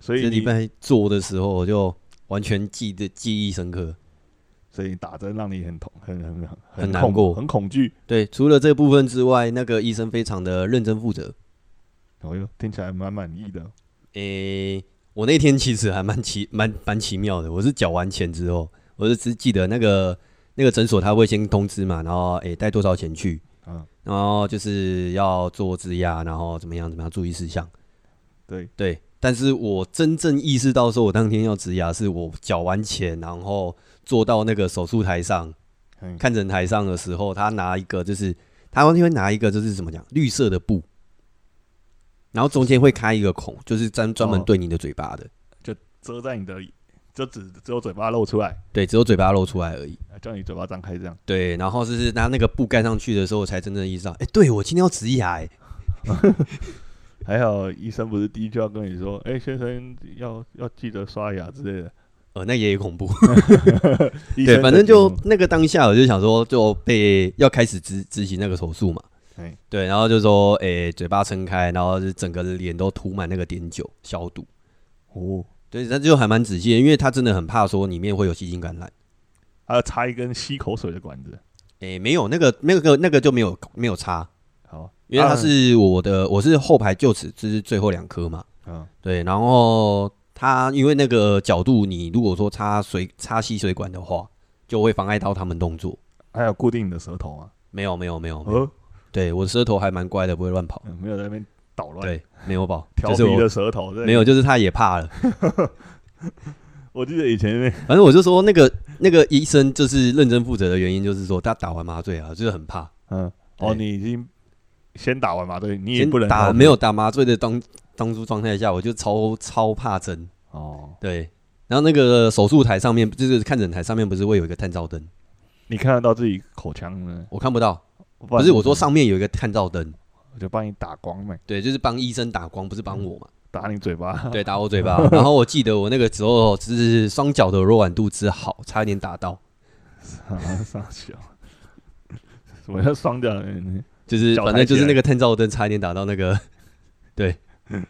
Speaker 2: 所以
Speaker 1: 这礼
Speaker 2: 你
Speaker 1: 拜做的时候，我就完全记得记忆深刻。
Speaker 2: 所以打针让你很痛，很很很
Speaker 1: 很难
Speaker 2: 恐
Speaker 1: 过
Speaker 2: 很恐惧。
Speaker 1: 对，除了这部分之外，那个医生非常的认真负责。
Speaker 2: 我又听起来蛮满意的。
Speaker 1: 诶、我那天其实还蛮奇蛮蛮奇妙的，我是缴完钱之后，我是只记得那个那个诊所他会先通知嘛，然后诶带、多少钱去，
Speaker 2: 嗯，
Speaker 1: 然后就是要做质押，然后怎么样怎么样注意事项。
Speaker 2: 对，
Speaker 1: 对，但是我真正意识到说我当天要植牙，是我缴完钱，然后坐到那个手术台上、
Speaker 2: 嗯，
Speaker 1: 看诊台上的时候，他拿一个就是他完全会拿一个就是怎么讲绿色的布，然后中间会开一个孔，就是专专门对你的嘴巴的，
Speaker 2: 遮在你的，就只只有嘴巴露出来，
Speaker 1: 对，只有嘴巴露出来而已。
Speaker 2: 叫你嘴巴张开这样。
Speaker 1: 对，然后就是拿那个布盖上去的时候，我才真正意识到，哎，对我今天要植牙、哎，
Speaker 2: 还好医生不是第一句要跟你说，哎、先生要要记得刷牙之类的。
Speaker 1: 呃，那也恐怖。
Speaker 2: 医
Speaker 1: [laughs] 对，嗯
Speaker 2: 生的
Speaker 1: 反正就
Speaker 2: 这种
Speaker 1: 那个当下，我就想说，就被要开始执执行那个手术嘛
Speaker 2: 哎。
Speaker 1: 对，然后就说，诶、嘴巴撑开，然后就整个脸都涂满那个碘酒消毒。
Speaker 2: 哦，
Speaker 1: 对，他就还蛮仔细的，因为他真的很怕说里面会有细菌感染。
Speaker 2: 还要插一根吸口水的管子。
Speaker 1: 诶、没有那个那个那个就没有没有差，
Speaker 2: 好，
Speaker 1: 因为他
Speaker 2: 啊
Speaker 1: 是我的、我是后排臼齿，就是最后两颗嘛。
Speaker 2: 嗯
Speaker 1: 对，然后他因为那个角度，你如果说插水插吸水管的话，就会妨碍到他们动作。
Speaker 2: 还有固定你的舌头啊，
Speaker 1: 没有没有没有，没有
Speaker 2: 呃、
Speaker 1: 对我舌头还蛮乖的，不会乱跑。
Speaker 2: 嗯没有在那边捣乱，
Speaker 1: 对，没有保，
Speaker 2: 调
Speaker 1: 就是
Speaker 2: 皮
Speaker 1: 我
Speaker 2: 的舌头。对
Speaker 1: 没有，就是他也怕了。
Speaker 2: 我记得以前那
Speaker 1: 反正我就说那个那个医生就是认真负责的原因，就是说他打完麻醉啊，就是很怕，
Speaker 2: 嗯，哦，
Speaker 1: 对
Speaker 2: 你已经先打完麻醉，你也
Speaker 1: 先
Speaker 2: 不能
Speaker 1: 打
Speaker 2: 逃避
Speaker 1: 没有打麻醉的当当初状态下，我就超超怕针。
Speaker 2: 哦。
Speaker 1: 对，然后那个手术台上面，就是看诊台上面，不是会有一个探照灯？
Speaker 2: 你看得到自己口腔呢？
Speaker 1: 我看不到，
Speaker 2: 不
Speaker 1: 不
Speaker 2: 然
Speaker 1: 是我说，上面有一个探照灯，
Speaker 2: 我就帮你打光嘛，
Speaker 1: 对，就是帮医生打光，不是帮我嘛？
Speaker 2: 打你嘴巴。
Speaker 1: 对，打我嘴巴。然后我记得我那个时候就是双脚的柔软度之好，差一点打到，
Speaker 2: 啊，傻笑。 [laughs] 我要双脚，嗯
Speaker 1: 就是
Speaker 2: 脚抬
Speaker 1: 反正就是
Speaker 2: 起来
Speaker 1: 那个探照灯差一点打到那个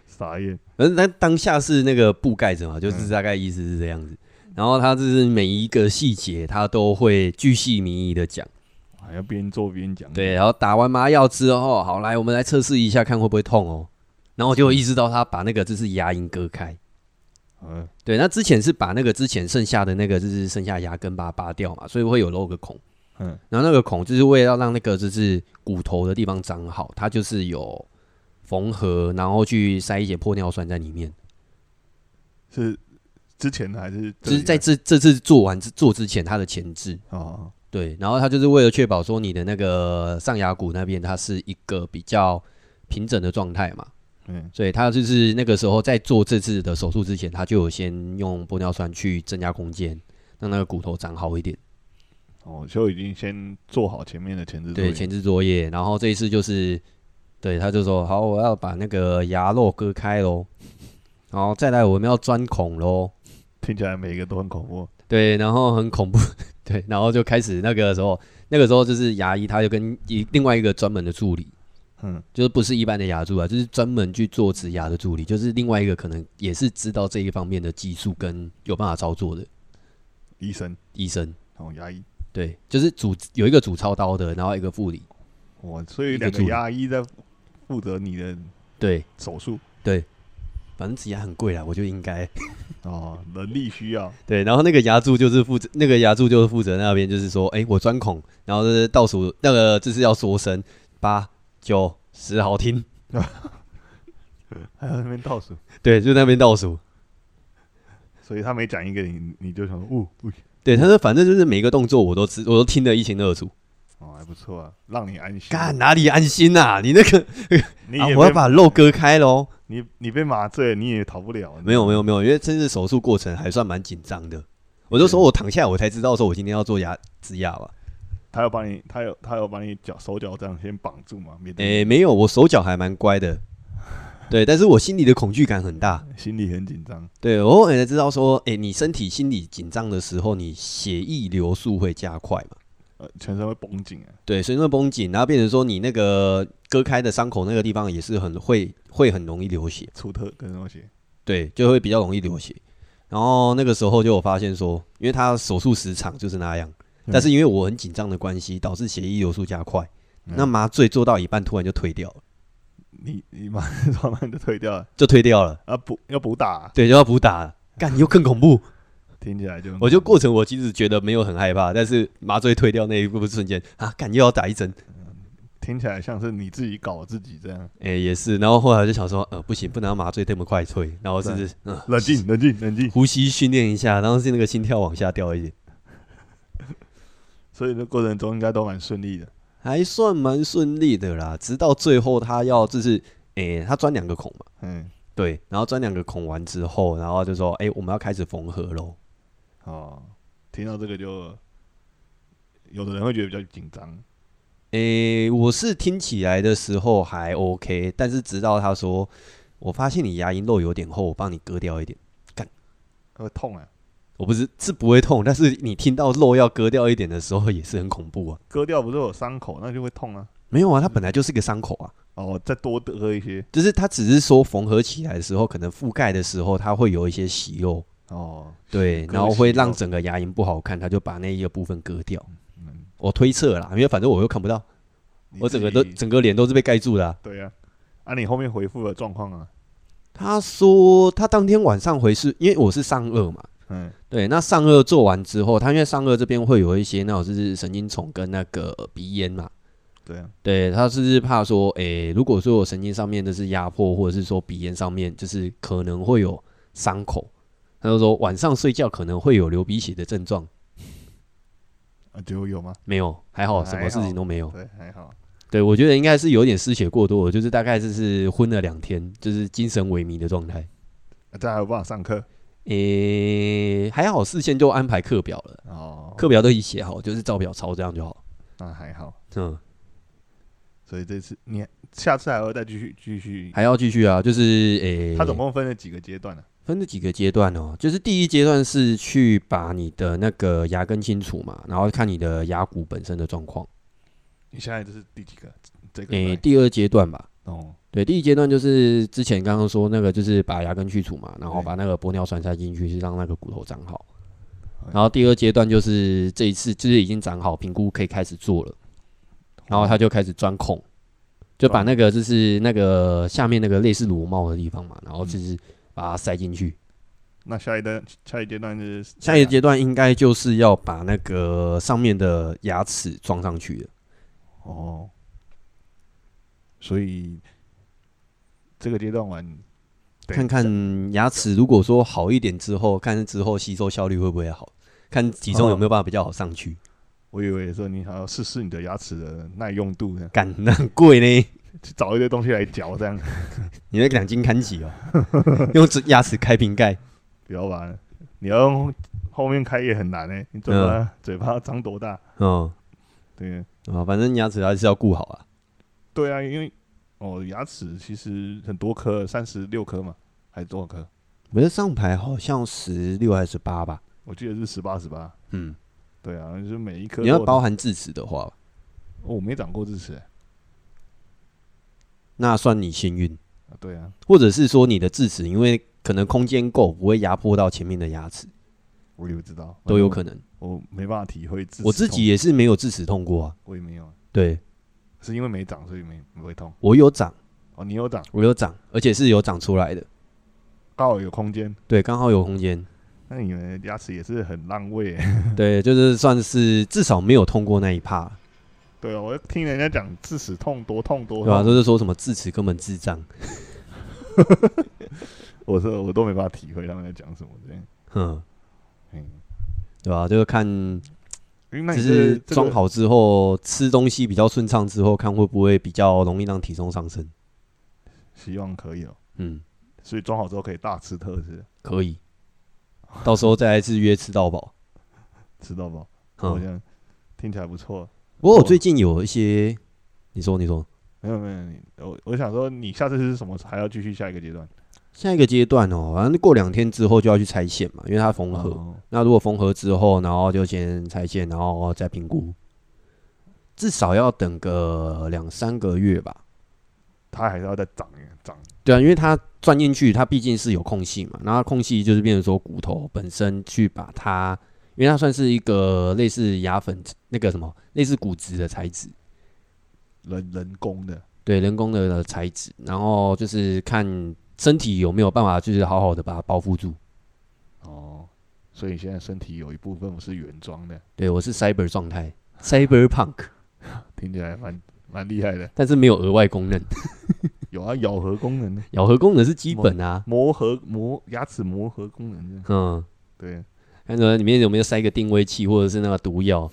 Speaker 2: 傻眼。
Speaker 1: 反正他当下是那个布盖着嘛，
Speaker 2: 嗯
Speaker 1: 就是大概意思是这样子。然后他就是每一个细节，他都会巨细靡遗的讲。
Speaker 2: 还要边做边讲。
Speaker 1: 对，啊然后打完麻药之后，好来，我们来测试一下，看会不会痛哦。然后我就意识到他把那个就是牙龈割开。
Speaker 2: 嗯，
Speaker 1: 对，那之前是把那个之前剩下的那个就是剩下牙根把它拔掉嘛，所以会有漏个孔。
Speaker 2: 嗯，
Speaker 1: 然后那个孔就是为了让那个就是骨头的地方长好，它就是有缝合，然后去塞一些玻尿酸在里面。
Speaker 2: 是之前的还是这
Speaker 1: 就
Speaker 2: 里啊
Speaker 1: 是在这这次做完之做之前，它的前置
Speaker 2: 哦，
Speaker 1: 对，然后它就是为了确保说你的那个上牙骨那边它是一个比较平整的状态嘛，
Speaker 2: 嗯，
Speaker 1: 所以它就是那个时候在做这次的手术之前，它就有先用玻尿酸去增加空间，让那个骨头长好一点。
Speaker 2: 哦，就已经先做好前面的前置作业
Speaker 1: 对，前置作业，然后这一次就是，对，他就说好，我要把那个牙肉割开喽，然后再来我们要钻孔喽。
Speaker 2: 听起来每一个都很恐怖。
Speaker 1: 对，然后很恐怖， [laughs] 对，然后就开始那个时候，那个时候就是牙医，他就跟一另外一个专门的助理，
Speaker 2: 嗯，
Speaker 1: 就是不是一般的牙助啊，就是专门去做植牙的助理，就是另外一个可能也是知道这一方面的技术跟有办法操作的
Speaker 2: 医生，
Speaker 1: 医生，
Speaker 2: 哦，牙医，
Speaker 1: 对，就是主有一个主操刀的，然后一个副理，
Speaker 2: 我所以
Speaker 1: 一个
Speaker 2: 两
Speaker 1: 助
Speaker 2: 个
Speaker 1: 理
Speaker 2: 牙医在负责你的
Speaker 1: 对，
Speaker 2: 手术
Speaker 1: 反正植牙很贵啦，我就应该 [laughs]
Speaker 2: 哦，能力需要。
Speaker 1: 对，然后那个牙助就是负责，那个牙助就是负责那边就是说，哎，我钻孔，然后就是倒数那个就是要说声八九十，好听。 [laughs]
Speaker 2: 还要那边倒数，
Speaker 1: 对，就那边倒数。
Speaker 2: 所以他每讲一个你，你就想说，哦，哦
Speaker 1: 对，他说反正就是每一个动作我都知，我都听得一清二楚。
Speaker 2: 哦，还不错啊，让你安心。
Speaker 1: 干哪里安心呐、你那个
Speaker 2: 你
Speaker 1: 啊
Speaker 2: 也，
Speaker 1: 我要
Speaker 2: 被
Speaker 1: 把肉割开喽。
Speaker 2: 你你被麻醉，你也逃不了。
Speaker 1: 没有没有没有，因为真是手术过程还算蛮紧张的。我就说我躺下来，我才知道说我今天要做牙植牙吧。
Speaker 2: 他要把你，他有他有把你脚手脚这样先绑住嘛，免得
Speaker 1: 诶、没有，我手脚还蛮乖的，对，但是我心里的恐惧感很大。
Speaker 2: 心里很紧张。
Speaker 1: 对我后来才知道说，哎、你身体心理紧张的时候，你血液流速会加快嘛？
Speaker 2: 呃，全身会绷紧啊，
Speaker 1: 对，所以那绷紧，然后变成说你那个割开的伤口那个地方也是很会会很容易流血，
Speaker 2: 出特跟东西，
Speaker 1: 对，就会比较容易流血。然后那个时候就有发现说，因为他手术时长就是那样，
Speaker 2: 嗯
Speaker 1: 但是因为我很紧张的关系，导致血液流速加快，
Speaker 2: 嗯
Speaker 1: 那麻醉做到一半突然就退掉了，
Speaker 2: 你你 [laughs] 马上装完就退掉了
Speaker 1: 就退掉了，
Speaker 2: 啊，补要补打啊、
Speaker 1: 对，就要补打了。干又更恐怖，
Speaker 2: 听起来就
Speaker 1: 我就过程我其实觉得没有很害怕，但是麻醉退掉那一步瞬间啊，干又要打一针，
Speaker 2: 听起来像是你自己搞自己这样，
Speaker 1: 哎、也是。然后后来我就想说，呃，不行，不能让麻醉这么快退，然后是
Speaker 2: 对
Speaker 1: 嗯、[laughs]
Speaker 2: 冷静冷静冷静，
Speaker 1: 呼吸训练一下，然后是那个心跳往下掉一点，
Speaker 2: 所以这过程中应该都蛮顺利的，
Speaker 1: 还算蛮顺利的啦。直到最后他要就是，诶、他钻两个孔嘛，
Speaker 2: 嗯，
Speaker 1: 对，然后钻两个孔完之后，然后就说，诶、我们要开始缝合喽。
Speaker 2: 哦，听到这个就有的人会觉得比较紧张，
Speaker 1: 诶、我是听起来的时候还 OK，但是直到他说，我发现你牙龈肉有点厚，我帮你割掉一点。
Speaker 2: 会痛啊，
Speaker 1: 我不是是不会痛，但是你听到肉要割掉一点的时候也是很恐怖啊。
Speaker 2: 割掉不是有伤口，那就会痛啊，
Speaker 1: 没有啊，它本来就是个伤口啊。
Speaker 2: 哦，再多割一些，
Speaker 1: 就是它只是说缝合起来的时候，可能覆盖的时候它会有一些息肉，
Speaker 2: 哦，
Speaker 1: 对，
Speaker 2: 割
Speaker 1: 然后会让
Speaker 2: 息
Speaker 1: 整个牙龈不好看，他就把那一个部分割掉。
Speaker 2: 嗯
Speaker 1: 我推测啦，因为反正我又看不到，
Speaker 2: 你
Speaker 1: 我整个
Speaker 2: 自
Speaker 1: 都
Speaker 2: 己
Speaker 1: 整个脸都是被盖住的啊、
Speaker 2: 对啊，啊，你后面回复的状况啊，
Speaker 1: 他说他当天晚上回是，因为我是上颚嘛，
Speaker 2: 嗯，
Speaker 1: 对，那上颚做完之后，他因为上颚这边会有一些那种就是神经丛跟那个鼻炎嘛，
Speaker 2: 对啊，
Speaker 1: 对，他是怕说，诶、如果说我神经上面就是压迫，或者是说鼻炎上面就是可能会有伤口，他就说晚上睡觉可能会有流鼻血的症状，
Speaker 2: 啊，结果有吗？
Speaker 1: 没有，还好，
Speaker 2: 还
Speaker 1: 什么事情都没有。
Speaker 2: 对，还好，啊
Speaker 1: 对，我觉得应该是有点失血过多，就是大概就是昏了两天，就是精神萎靡的状态。
Speaker 2: 啊这样还有办法上课
Speaker 1: 诶、还好事先就安排课表了，
Speaker 2: 哦，
Speaker 1: 课表都已写好，就是照表抄这样就好。
Speaker 2: 那还好，
Speaker 1: 嗯，
Speaker 2: 所以这次你下次还会再继续继续，
Speaker 1: 还要继续啊，就是诶，
Speaker 2: 他总共分了几个阶段啊呢？
Speaker 1: 分了几个阶段哦，就是第一阶段是去把你的那个牙根清除嘛，然后看你的牙骨本身的状况。
Speaker 2: 你现在这是第几个？这个
Speaker 1: 诶、
Speaker 2: 礼拜
Speaker 1: 第二阶段吧，
Speaker 2: 哦，
Speaker 1: 对，第一阶段就是之前刚刚说那个，就是把牙根去除嘛，然后
Speaker 2: 对
Speaker 1: 把那个玻尿酸塞进去，是让那个骨头长好。
Speaker 2: 哎
Speaker 1: 然后第二阶段就是这一次就是已经长好，评估可以开始做了，然后他就开始钻孔，就把
Speaker 2: 钻
Speaker 1: 那个就是那个下面那个类似螺帽的地方嘛，然后就是把它塞进去。啊
Speaker 2: 那下一段下一阶段是
Speaker 1: 下一个阶段应该就是要把那个上面的牙齿装上去了。
Speaker 2: 哦，所以这个阶段完，对
Speaker 1: 看看牙齿如果说好一点之后，看之后吸收效率会不会好，看体重有没有办法比较好上去。
Speaker 2: 我以为说你还要试试你的牙齿的耐用度呢，
Speaker 1: 干、那很贵呢，
Speaker 2: 去找一堆东西来嚼，这样
Speaker 1: 你那两斤看几哦？用这牙齿开瓶盖，
Speaker 2: 不要吧？你要用后面开也很难呢，你嘴巴、嘴巴张多大？
Speaker 1: 嗯
Speaker 2: 对。
Speaker 1: 啊，反正牙齿还是要顾好啊。
Speaker 2: 对啊，因为哦，牙齿其实很多颗，三十六颗嘛，还是多少颗？
Speaker 1: 我的上排好像十六还是八吧？
Speaker 2: 我记得是十八，十八。
Speaker 1: 嗯，
Speaker 2: 对啊，就是每一颗
Speaker 1: 你要
Speaker 2: 都有
Speaker 1: 包含智齿的话，
Speaker 2: 哦，我没长过智齿、欸
Speaker 1: 那算你幸运，
Speaker 2: 啊。对啊，
Speaker 1: 或者是说你的智齿因为可能空间够，不会压迫到前面的牙齿，
Speaker 2: 我也不知道，
Speaker 1: 都有可能。
Speaker 2: 我没办法体会智齿。
Speaker 1: 我自己，也是没有智齿痛过啊。
Speaker 2: 我也没有，
Speaker 1: 对
Speaker 2: 是因为没长，所以没不会痛。
Speaker 1: 我有长，
Speaker 2: 哦，你有长，
Speaker 1: 我有长，而且是有长出来的。
Speaker 2: 刚好有空间，
Speaker 1: 对，刚好有空间。
Speaker 2: 那你们的牙齿也是很浪费、欸。
Speaker 1: [laughs] 对，就是算是至少没有痛过那一趴，
Speaker 2: 对啊，我听人家讲智齿痛多痛多
Speaker 1: 对啊吧、
Speaker 2: 痛，
Speaker 1: 都是说什么智齿根本智障，
Speaker 2: 我说我都没办法体会他们在讲什么这样。
Speaker 1: 哼，
Speaker 2: 嗯，
Speaker 1: 对吧、就是看，
Speaker 2: 因为那
Speaker 1: 就
Speaker 2: 你
Speaker 1: 是
Speaker 2: 这这个
Speaker 1: 装好之后，吃东西比较顺畅之后，看会不会比较容易让体重上升。
Speaker 2: 希望可以哦。
Speaker 1: 嗯，
Speaker 2: 所以装好之后可以大吃特吃，
Speaker 1: 可以。到时候再来次约吃到饱。
Speaker 2: 吃到饱。好
Speaker 1: 嗯，
Speaker 2: 像听起来不错。
Speaker 1: 不过我最近有一些，你说，你说，
Speaker 2: 没有没有，你我我想说，你下次是什么还要继续下一个阶段？
Speaker 1: 下一个阶段哦，反正过两天之后就要去拆线嘛，因为它缝合。
Speaker 2: 哦
Speaker 1: 那如果缝合之后，然后就先拆线，然后再评估，至少要等个两三个月吧。
Speaker 2: 它还是要再长一长。
Speaker 1: 对啊，因为它钻进去，它毕竟是有空隙嘛，然后空隙就是变成说骨头本身去把它，因为它算是一个类似牙粉那个什么类似骨质的材质，
Speaker 2: 人人工的，
Speaker 1: 对人工的的材质，然后就是看身体有没有办法，就是好好的把它包覆住。
Speaker 2: 哦，所以现在身体有一部分是原装的，
Speaker 1: 对我是 cyber 状态，cyber punk，
Speaker 2: 听起来蛮蛮厉害的。
Speaker 1: 但是没有额外功能，
Speaker 2: 有啊，咬合功能呢，
Speaker 1: 咬合功能是基本啊。
Speaker 2: 磨合磨牙齿磨合功能呢，
Speaker 1: 嗯，
Speaker 2: 对，
Speaker 1: 看着里面有没有塞一个定位器或者是那个毒药，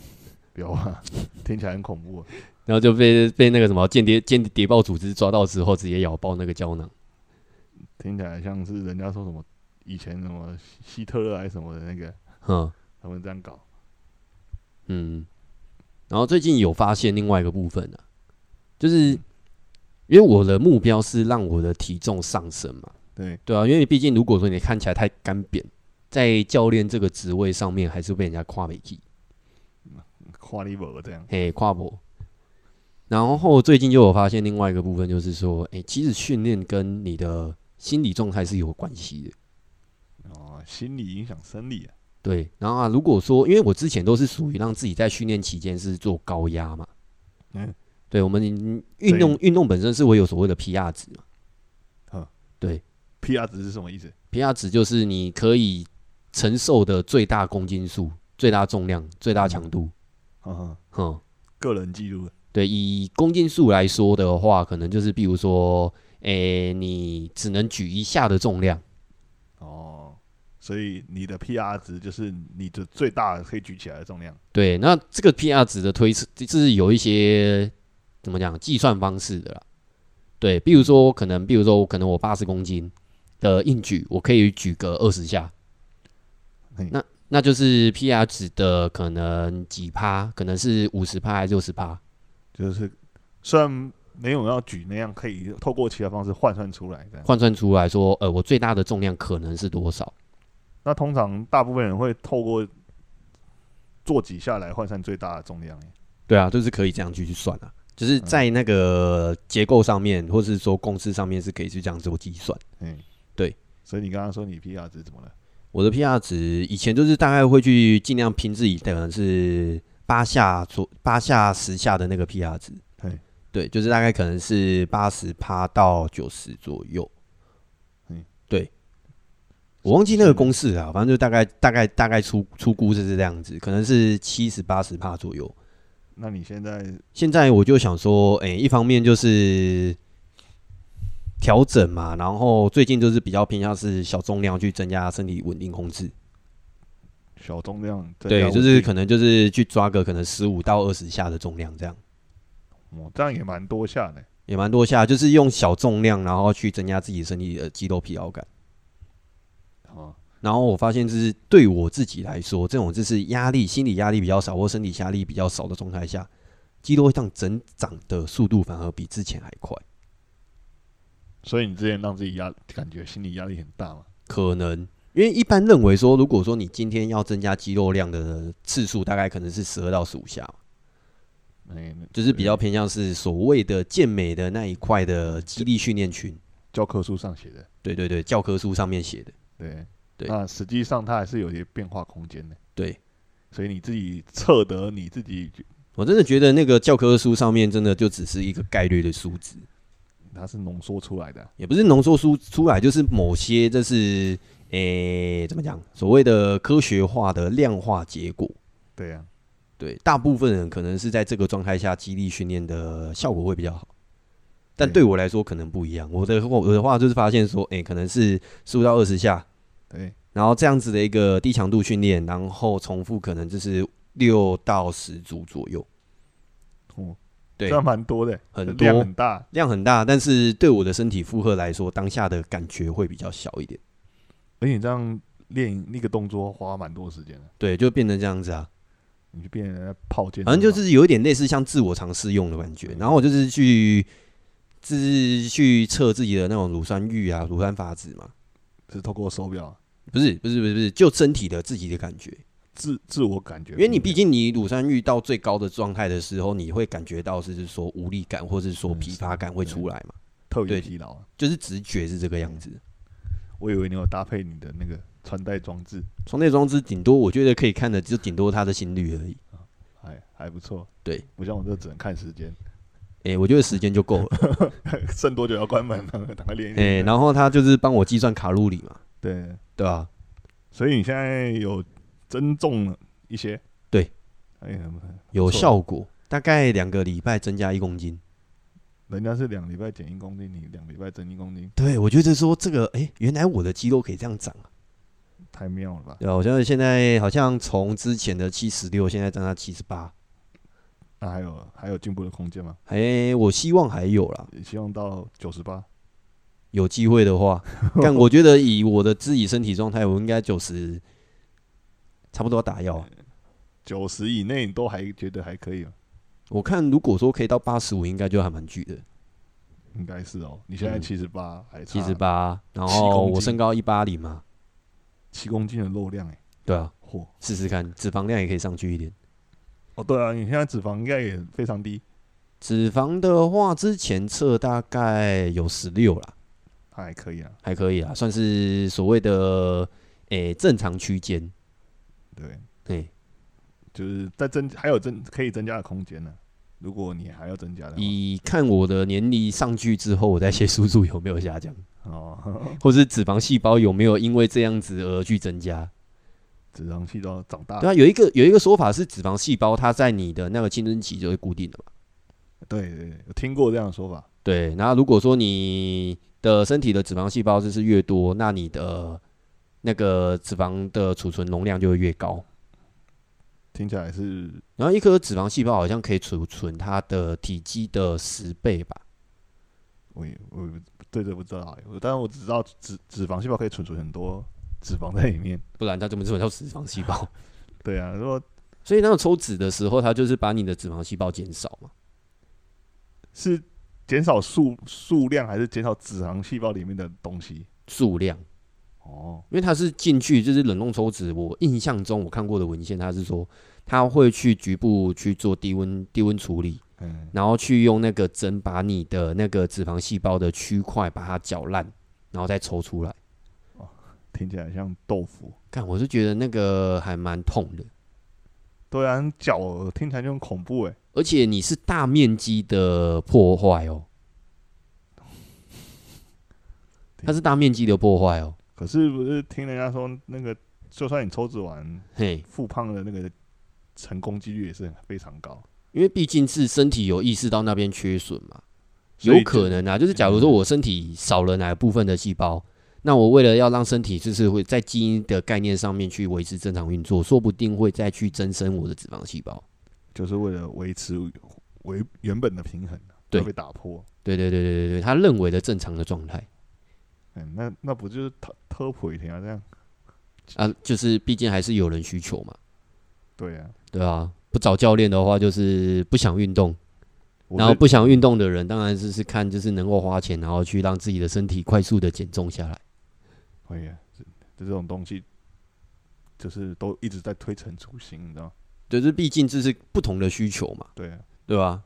Speaker 2: 有啊，听起来很恐怖啊。
Speaker 1: 然后就被被那个什么间谍间谍报组织抓到之后，直接咬爆那个胶囊。
Speaker 2: 听起来像是人家说什么以前什么希特勒还是什么的那个，
Speaker 1: 嗯
Speaker 2: 他们这样搞。
Speaker 1: 嗯，然后最近有发现另外一个部分啊，就是因为我的目标是让我的体重上升嘛，
Speaker 2: 对，
Speaker 1: 对啊，因为毕竟如果说你看起来太干扁，在教练这个职位上面还是被人家夸美气。
Speaker 2: 跨立博这样。
Speaker 1: 嘿，跨博。然后最近就有发现另外一个部分，就是说，哎、其实训练跟你的心理状态是有关系的。
Speaker 2: 哦，心理影响生理啊。
Speaker 1: 对，然后啊，如果说，因为我之前都是属于让自己在训练期间是做高压嘛，
Speaker 2: 嗯，
Speaker 1: 对，我们运动运动本身是会有所谓的 PR 值嘛
Speaker 2: ，PR 值是什么意思？
Speaker 1: ，PR 值就是你可以承受的最大公斤数、最大重量、最大强度，
Speaker 2: 嗯哼，
Speaker 1: 哼、
Speaker 2: 个人记录。
Speaker 1: 对，以公斤数来说的话，可能就是比如说，诶，你只能举一下的重量，
Speaker 2: 哦，所以你的 PR 值就是你的最大可以举起来的重量。
Speaker 1: 对，那这个 PR 值的推测，这是有一些怎么讲计算方式的啦。对，比如说可能，比如说我可能我八十公斤的硬举，我可以举个二十下
Speaker 2: 嘿，
Speaker 1: 那那就是 PR 值的可能几趴，可能是五十趴还是六十趴。
Speaker 2: 就是虽然没有要举那样，可以透过其他方式换算出来这样。
Speaker 1: 换算出来说，呃，我最大的重量可能是多少？
Speaker 2: 那通常大部分人会透过做几下来换算最大的重量耶。
Speaker 1: 对啊，就是可以这样去去算啊，就是在那个结构上面，或是说公式上面是可以去这样做计算。
Speaker 2: 嗯，
Speaker 1: 对。
Speaker 2: 所以你刚刚说你 PR 值怎么了？
Speaker 1: 我的 PR 值以前就是大概会去尽量拼自己的，可能是八下左八下十下的那个 PR 值
Speaker 2: 嘿。
Speaker 1: 对，就是大概可能是八十趴到九十左右
Speaker 2: 嗯。
Speaker 1: 对，我忘记那个公式啊，反正就大概大概大概出出估就是这样子，可能是七十八十趴左右。
Speaker 2: 那你现在
Speaker 1: 现在我就想说，诶、一方面就是调整嘛，然后最近就是比较偏向是小重量去增加身体稳定控制。
Speaker 2: 小重量增加
Speaker 1: 对，
Speaker 2: 稳
Speaker 1: 就是
Speaker 2: 定
Speaker 1: 可能就是去抓个可能十五到二十下的重量，这样
Speaker 2: 哦，这样也蛮多下的。
Speaker 1: 也蛮多下，就是用小重量，然后去增加自己身体的肌肉疲劳感。
Speaker 2: 哦，
Speaker 1: 然后我发现，就是对我自己来说，这种就是压力、心理压力比较少，或身体压力比较少的状态下，肌肉上增长的速度反而比之前还快。
Speaker 2: 所以你之前让自己压感觉心理压力很大嘛？
Speaker 1: 可能因为一般认为说，如果说你今天要增加肌肉量的次数，大概可能是十二到十五下嘛，
Speaker 2: 哎，
Speaker 1: 就是比较偏向是所谓的健美的那一块的肌力训练群。
Speaker 2: 教科书上写的。
Speaker 1: 对对对，教科书上面写的。
Speaker 2: 对
Speaker 1: 对
Speaker 2: 那实际上它还是有些变化空间的，
Speaker 1: 对
Speaker 2: 所以你自己测得你自己，
Speaker 1: 我真的觉得那个教科书上面真的就只是一个概率的数值，
Speaker 2: 它是浓缩出来的啊。
Speaker 1: 也不是浓缩出出来，就是某些这是诶、怎么讲，所谓的科学化的量化结果。
Speaker 2: 对啊呀、
Speaker 1: 对，大部分人可能是在这个状态下激励训练的效果会比较好，但
Speaker 2: 对
Speaker 1: 对我来说可能不一样。我的我的话就是发现说，诶、可能是十五到二十下，
Speaker 2: 对，
Speaker 1: 然后这样子的一个低强度训练，然后重复可能就是六到十组左右，
Speaker 2: 哦，
Speaker 1: 对
Speaker 2: 这样蛮多的，
Speaker 1: 很
Speaker 2: 这
Speaker 1: 多
Speaker 2: 量很大。
Speaker 1: 量很大，但是对我的身体负荷来说，当下的感觉会比较小一点。
Speaker 2: 而且你这样练那个动作花蛮多时间的，
Speaker 1: 对，就变成这样子啊，
Speaker 2: 你就变成在泡健身
Speaker 1: 反
Speaker 2: 房，
Speaker 1: 正就是有一点类似像自我尝试用的感觉。然后我就是去自去测自己的那种乳酸阈啊、乳酸阀值嘛？
Speaker 2: 是透过手表
Speaker 1: 不是，不是，不是，不是，就身体的自己的感觉，
Speaker 2: 自自我感觉不
Speaker 1: 因
Speaker 2: 一样，
Speaker 1: 为你毕竟你乳酸阈到最高的状态的时候，你会感觉到是说无力感或是说疲乏感会出来嘛，
Speaker 2: 特别
Speaker 1: 对
Speaker 2: 疲劳啊。
Speaker 1: 就是直觉是这个样子。
Speaker 2: 我以为你有搭配你的那个穿戴装置，
Speaker 1: 床内装置顶多我觉得可以看的就顶多它的心率而已。
Speaker 2: 还还不错。
Speaker 1: 对，
Speaker 2: 不像我这只能看时间， [laughs]
Speaker 1: 诶、我觉得时间就够了。
Speaker 2: 剩多久要关门了？赶快练一
Speaker 1: 诶、
Speaker 2: 练。
Speaker 1: 然后他就是帮我计算卡路里嘛，
Speaker 2: 对，
Speaker 1: 对吧、啊？
Speaker 2: 所以你现在有增重了一些。
Speaker 1: 对，
Speaker 2: 哎，
Speaker 1: 有
Speaker 2: 不错
Speaker 1: 效果，大概两个礼拜增加一公斤。
Speaker 2: 人家是两礼拜减一公斤，你两礼拜增一公斤，
Speaker 1: 对，我觉得说这个，诶、原来我的肌肉可以这样长啊。
Speaker 2: 太妙了吧？
Speaker 1: 对啊，我觉得现在好像从之前的七十六，现在增到七十八。
Speaker 2: 那还有还有进步的空间吗？
Speaker 1: 诶，我希望还有啦，
Speaker 2: 希望到九十八，
Speaker 1: 有机会的 [laughs] 话，但我觉得以我的自己身体状态，我应该九十，差不多要打药啊。
Speaker 2: 九十以内你都还觉得还可以吗？
Speaker 1: 我看如果说可以到八十五，应该就还蛮巨的，
Speaker 2: 应该是哦。你现在
Speaker 1: 嗯
Speaker 2: 七十八，还差
Speaker 1: 啊七十八，然
Speaker 2: 七公
Speaker 1: 后
Speaker 2: 斤
Speaker 1: 我身高一八零嘛，
Speaker 2: 七公斤的肉量哎、
Speaker 1: 对啊，
Speaker 2: 嚯！
Speaker 1: 试试看，脂肪量也可以上去一点。
Speaker 2: 哦，对啊，你现在脂肪应该也非常低，
Speaker 1: 脂肪的话，之前测大概有十六啦，
Speaker 2: 还可以啊。
Speaker 1: 还可以啦，算是所谓的诶、正常区间。
Speaker 2: 对，
Speaker 1: 对，
Speaker 2: 就是在增，还有增可以增加的空间呢、如果你还要增加的话
Speaker 1: 以看我的年龄上去之后，我再写数数有没有下降， [laughs]
Speaker 2: 哦，
Speaker 1: 或是脂肪细胞有没有因为这样子而去增加。
Speaker 2: 脂肪细胞长大，
Speaker 1: 对啊，有一个有一个说法是脂肪细胞它在你的那个青春期就会固定的嘛。
Speaker 2: 对对对，有听过这样的说法，
Speaker 1: 对，然后如果说你的身体的脂肪细胞就是越多，那你的呃那个脂肪的储存容量就会越高。
Speaker 2: 听起来是
Speaker 1: 然后一颗脂肪细胞好像可以储存它的体积的十倍吧？
Speaker 2: 我也我也不对这不知道欸，我但是我只知道脂脂肪细胞可以储存很多脂肪在里面。
Speaker 1: 不然它怎么怎么叫脂肪细胞？ [laughs]
Speaker 2: 对啊，如果
Speaker 1: 所以那种抽脂的时候，它就是把你的脂肪细胞减少嘛。
Speaker 2: 是减少数数量还是减少脂肪细胞里面的东西？
Speaker 1: 数量，
Speaker 2: 哦，
Speaker 1: 因为它是进去就是冷冻抽脂，我印象中我看过的文献，它是说它会去局部去做低温低温处理，
Speaker 2: 嗯，
Speaker 1: 然后去用那个针把你的那个脂肪细胞的区块把它搅烂，然后再抽出来。
Speaker 2: 听起来像豆腐。
Speaker 1: 看，我是觉得那个还蛮痛的，
Speaker 2: 对啊，脚听起来就很恐怖哎、
Speaker 1: 而且你是大面积的破坏哦，它是大面积的破坏哦，
Speaker 2: 可是不是听人家说那个，就算你抽脂完
Speaker 1: 嘿，
Speaker 2: 复胖的那个成功几率也是很非常高。
Speaker 1: 因为毕竟是身体有意识到那边缺损嘛，
Speaker 2: 所以
Speaker 1: 有可能啊，就是假如说我身体少了哪部分的细胞，那我为了要让身体就是会在基因的概念上面去维持正常运作，说不定会再去增生我的脂肪细胞。
Speaker 2: 就是为了维持维原本的平衡啊，
Speaker 1: 对
Speaker 2: 会被打破。
Speaker 1: 对对对对对对，他认为的正常的状态
Speaker 2: 嗯，那那不就是特特普一天啊？这样
Speaker 1: 啊，就是毕竟还是有人需求嘛，
Speaker 2: 对啊，
Speaker 1: 对啊，不找教练的话就是不想运动，
Speaker 2: 我
Speaker 1: 然后
Speaker 2: 是
Speaker 1: 不想运动的人当然就是看就是能够花钱，然后去让自己的身体快速的减重下来。
Speaker 2: 会啊，这这这种东西就是都一直在推陈出新，你知道吗？
Speaker 1: 就是毕竟这是不同的需求嘛，
Speaker 2: 对啊，
Speaker 1: 对吧？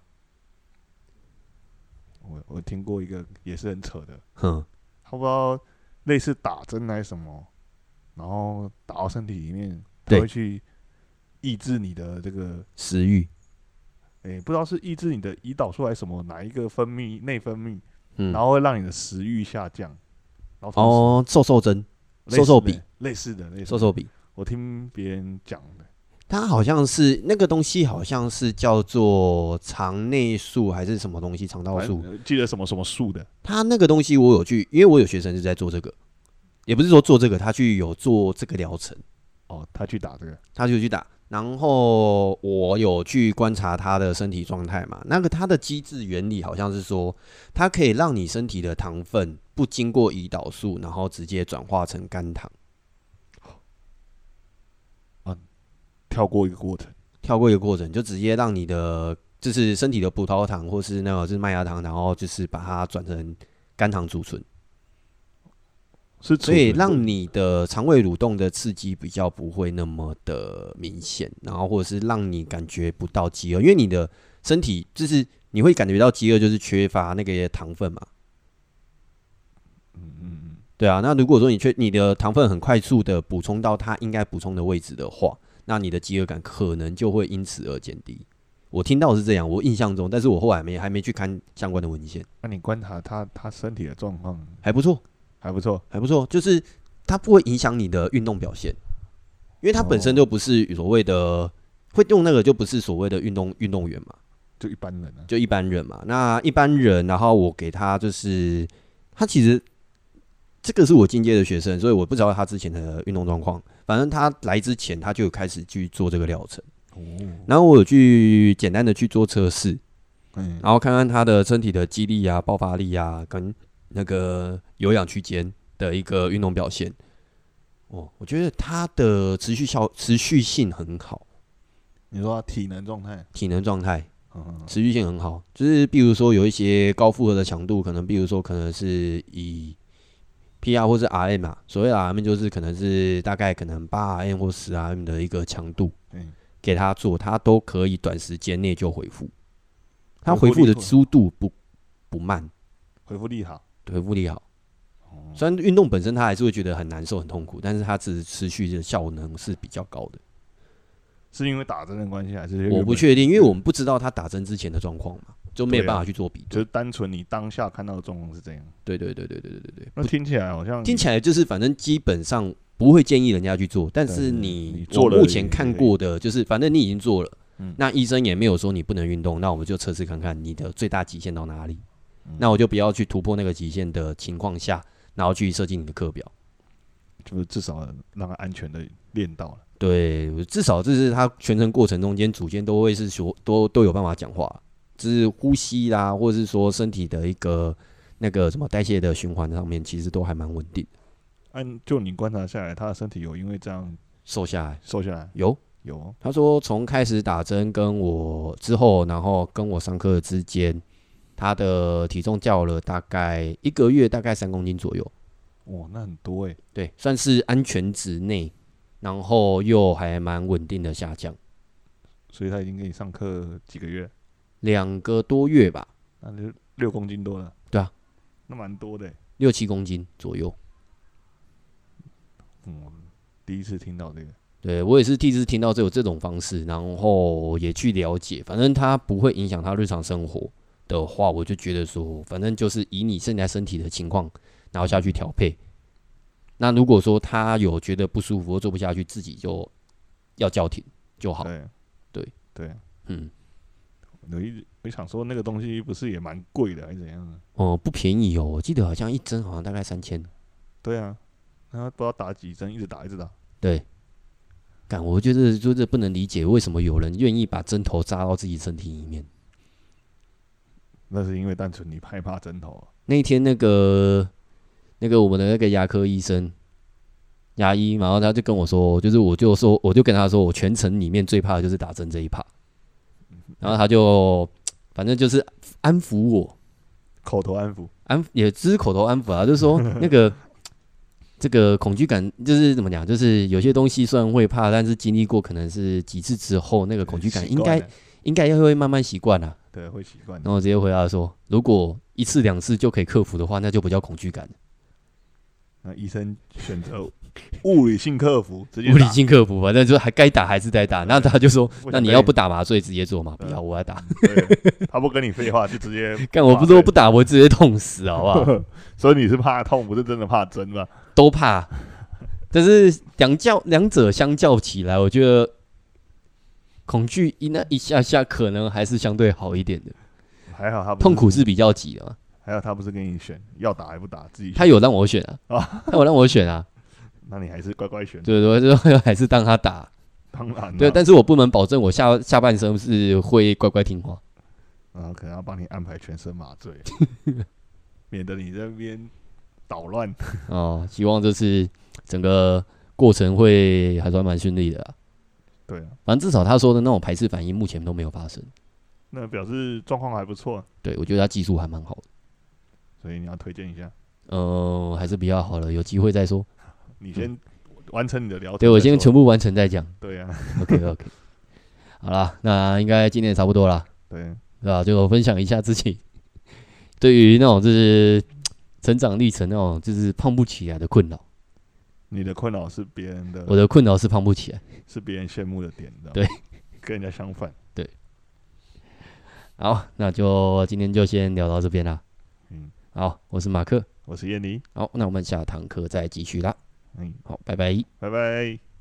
Speaker 2: 我我听过一个也是很扯的，
Speaker 1: 哼，
Speaker 2: 他不知道类似打针还是什么，然后打到身体里面，他
Speaker 1: 对
Speaker 2: 会去抑制你的这个，
Speaker 1: 食欲，
Speaker 2: 诶、不知道是抑制你的胰岛素还是什么哪一个分泌内分泌，
Speaker 1: 嗯
Speaker 2: 然，后会让你的食欲下降，然后同时
Speaker 1: 哦，瘦瘦针，
Speaker 2: 类似
Speaker 1: 瘦瘦
Speaker 2: 的
Speaker 1: 笔
Speaker 2: 类似的类似的
Speaker 1: 瘦瘦笔，
Speaker 2: 我听别人讲的，
Speaker 1: 它好像是那个东西，好像是叫做肠内素还是什么东西，肠道
Speaker 2: 反正
Speaker 1: 素。
Speaker 2: 呃记得什么什么素的，
Speaker 1: 它那个东西我有去，因为我有学生是在做这个，也不是说做这个，他去有做这个疗程，
Speaker 2: 哦，他去打这个，
Speaker 1: 他就去打。然后我有去观察他的身体状态嘛，那个它的机制原理好像是说，它可以让你身体的糖分不经过胰岛素，然后直接转化成肝糖，
Speaker 2: 跳过一个过程，
Speaker 1: 跳过一个过程，就直接让你的就是身体的葡萄糖或是那个就是麦芽糖，然后就是把它转成肝糖储存，所
Speaker 2: 是
Speaker 1: 以
Speaker 2: 储存
Speaker 1: 让你的肠胃蠕动的刺激比较不会那么的明显，然后或者是让你感觉不到饥饿，因为你的身体就是你会感觉到饥饿，就是缺乏那个糖分嘛。
Speaker 2: 嗯嗯嗯，
Speaker 1: 对啊，那如果说你缺你的糖分很快速的补充到它应该补充的位置的话，那你的饥饿感可能就会因此而减低。我听到是这样，我印象中，但是我后来没还没去看相关的文献，
Speaker 2: 那你观察他他身体的状况
Speaker 1: 还不错，
Speaker 2: 还不错，
Speaker 1: 还不错，就是它不会影响你的运动表现，因为它本身
Speaker 2: 哦
Speaker 1: 就不是所谓的会用那个，就不是所谓的运动运动员嘛，
Speaker 2: 就一般人啊，
Speaker 1: 就一般人嘛。那一般人，然后我给他就是，他其实这个是我进阶的学生，所以我不知道他之前的运动状况。反正他来之前，他就有开始去做这个疗程，
Speaker 2: 哦，
Speaker 1: 然后我有去简单的去做测试，
Speaker 2: 嗯，
Speaker 1: 然后看看他的身体的肌力啊、爆发力啊，跟那个有氧区间的一个运动表现。哦，我觉得他的持续效持续性很好，
Speaker 2: 你说他体能状态，
Speaker 1: 体能状态
Speaker 2: 嗯嗯
Speaker 1: 持续性很好，就是比如说有一些高负荷的强度，可能比如说可能是以 PR 或是 RM 嘛，所谓的 RM 就是可能是大概可能八 RM 或十 RM 的一个强度
Speaker 2: 嗯
Speaker 1: 给他做，他都可以短时间内就恢复，他恢
Speaker 2: 恢复
Speaker 1: 复的
Speaker 2: 力会
Speaker 1: 速度不不慢，
Speaker 2: 恢复力好，
Speaker 1: 恢复力好。
Speaker 2: 哦，
Speaker 1: 虽然运动本身他还是会觉得很难受、很痛苦，但是他只是持续的效能是比较高的。
Speaker 2: 是因为打针的关系还是
Speaker 1: 我
Speaker 2: 原
Speaker 1: 不
Speaker 2: 本，
Speaker 1: 确定，因为我们不知道他打针之前的状况嘛，就没有
Speaker 2: 对啊
Speaker 1: 办法去做比
Speaker 2: 就
Speaker 1: 对。
Speaker 2: 是单纯你当下看到的状况是这样，
Speaker 1: 对对对对对对对对，
Speaker 2: 那听起来好像
Speaker 1: 听起来就是反正基本上不会建议人家去做，但
Speaker 2: 对
Speaker 1: 是
Speaker 2: 你
Speaker 1: 你
Speaker 2: 做了
Speaker 1: 我目
Speaker 2: 也
Speaker 1: 前看过的就是反正你已经做了
Speaker 2: 嗯，
Speaker 1: 那医生也没有说你不能运动，那我们就测试看看你的最大极限到哪里
Speaker 2: 嗯。
Speaker 1: 那我就不要去突破那个极限的情况下，然后去设计你的课表。
Speaker 2: 就是至少让他安全的练到了，
Speaker 1: 对，至少这是他全程过程中间，组间都会是说都都有办法讲话，就是呼吸啦，或者是说身体的一个那个什么代谢的循环上面，其实都还蛮稳定。
Speaker 2: 按就你观察下来，他的身体有因为这样
Speaker 1: 瘦下来
Speaker 2: 瘦下来
Speaker 1: 有，
Speaker 2: 有哦，
Speaker 1: 他说从开始打针跟我之后，然后跟我上课之间，他的体重掉了大概一个月大概三公斤左右，
Speaker 2: 哇，那很多哎，
Speaker 1: 对，算是安全值内，然后又还蛮稳定的下降，
Speaker 2: 所以他已经给你上课几个月，
Speaker 1: 两个多月吧，
Speaker 2: 那就六公斤多了，
Speaker 1: 对啊，
Speaker 2: 那蛮多的欸，
Speaker 1: 六七公斤左右。
Speaker 2: 嗯，第一次听到这个，
Speaker 1: 对我也是第一次听到这有这种方式，然后也去了解，反正它不会影响他日常生活的话，我就觉得说，反正就是以你现在身体的情况，然后下去调配。那如果说他有觉得不舒服或做不下去，自己就要叫停就好。
Speaker 2: 对
Speaker 1: 对
Speaker 2: 对，
Speaker 1: 嗯，
Speaker 2: 我一直我想说那个东西不是也蛮贵的还是怎样的？
Speaker 1: 哦、不便宜哦，我记得好像一针好像大概三千。
Speaker 2: 对啊，然后不知道打几针，一直打一直打，
Speaker 1: 对，干，我觉得就是不能理解为什么有人愿意把针头扎到自己身体里面。
Speaker 2: 那是因为单纯你害怕针头啊、
Speaker 1: 那一天那个那个我们的那个牙科医生牙医，然后他就跟我说，就是我就说我就跟他说，我全程里面最怕的就是打针这一趴，然后他就反正就是安抚我，
Speaker 2: 口头安抚，
Speaker 1: 安也只是口头安抚啊，就是说那个。 [laughs] 这个恐惧感就是怎么讲，就是有些东西虽然会怕，但是经历过可能是几次之后，那个恐惧感
Speaker 2: 习
Speaker 1: 应
Speaker 2: 惯
Speaker 1: 该
Speaker 2: 了
Speaker 1: 应该要会慢慢习惯了、
Speaker 2: 对会习惯
Speaker 1: 然
Speaker 2: 的。
Speaker 1: 后我直接回答说，如果一次两次就可以克服的话，那就不叫恐惧感了。
Speaker 2: 那医生
Speaker 1: [laughs]
Speaker 2: 选择物理性克服，直接
Speaker 1: 物理
Speaker 2: 打
Speaker 1: 性克服，反正就还该打还是得打。那他就说
Speaker 2: 不想：“
Speaker 1: 那你
Speaker 2: 被
Speaker 1: 要不打麻醉，直接做嘛，
Speaker 2: 对
Speaker 1: 不要我来打。
Speaker 2: 对，他不跟你
Speaker 1: [laughs]
Speaker 2: 废话，就直接
Speaker 1: 干我不
Speaker 2: 是
Speaker 1: 说不啊打，我直接痛死，好不
Speaker 2: [laughs]
Speaker 1: 好？
Speaker 2: 所以你是怕痛，不是真的怕针吧？
Speaker 1: 都怕。但是两较两者相较起来，我觉得恐惧一那一下下可能还是相对好一点的。
Speaker 2: 嗯还好他不
Speaker 1: 痛苦，是比较急的嘛，
Speaker 2: 还好他不是给你选要打还不打，自己选
Speaker 1: 他有让我选啊，
Speaker 2: 哦
Speaker 1: 他有让我选啊，
Speaker 2: 那你还是乖乖选，
Speaker 1: 对对对，最后还是让他打。
Speaker 2: 当然啦
Speaker 1: 对，但是我不能保证我下下半生是会乖乖听话。
Speaker 2: 然啊后可能要帮你安排全身麻
Speaker 1: [laughs]
Speaker 2: 醉，免得你这边捣乱。
Speaker 1: 哦，希望就是整个过程会还算蛮顺利的啦。
Speaker 2: 对啊，
Speaker 1: 反正至少他说的那种排斥反应，目前都没有发生。
Speaker 2: 那表示状况还不错，
Speaker 1: 对我觉得他技术还蛮好的，
Speaker 2: 所以你要推荐一下。
Speaker 1: 呃，还是比较好了，有机会再说。
Speaker 2: 你先完成你的聊天再说。
Speaker 1: 嗯对我先全部完成再讲。
Speaker 2: 对啊呀、
Speaker 1: OK OK，好啦，那应该今天也差不多啦，
Speaker 2: 对，啊
Speaker 1: 对吧？就分享一下自己 [laughs] 对于那种就是成长历程那种就是胖不起来的困扰。
Speaker 2: 你的困扰是别人的，
Speaker 1: 我的困扰是胖不起来。
Speaker 2: 是别人羡慕的点，你知道吗？
Speaker 1: 对，
Speaker 2: 跟人家相反。
Speaker 1: 好，那就今天就先聊到这边啦。
Speaker 2: 嗯，
Speaker 1: 好，我是马克。
Speaker 2: 我是燕妮，
Speaker 1: 好，那我们下堂课再继续啦。
Speaker 2: 嗯，
Speaker 1: 好，拜拜。
Speaker 2: 拜拜。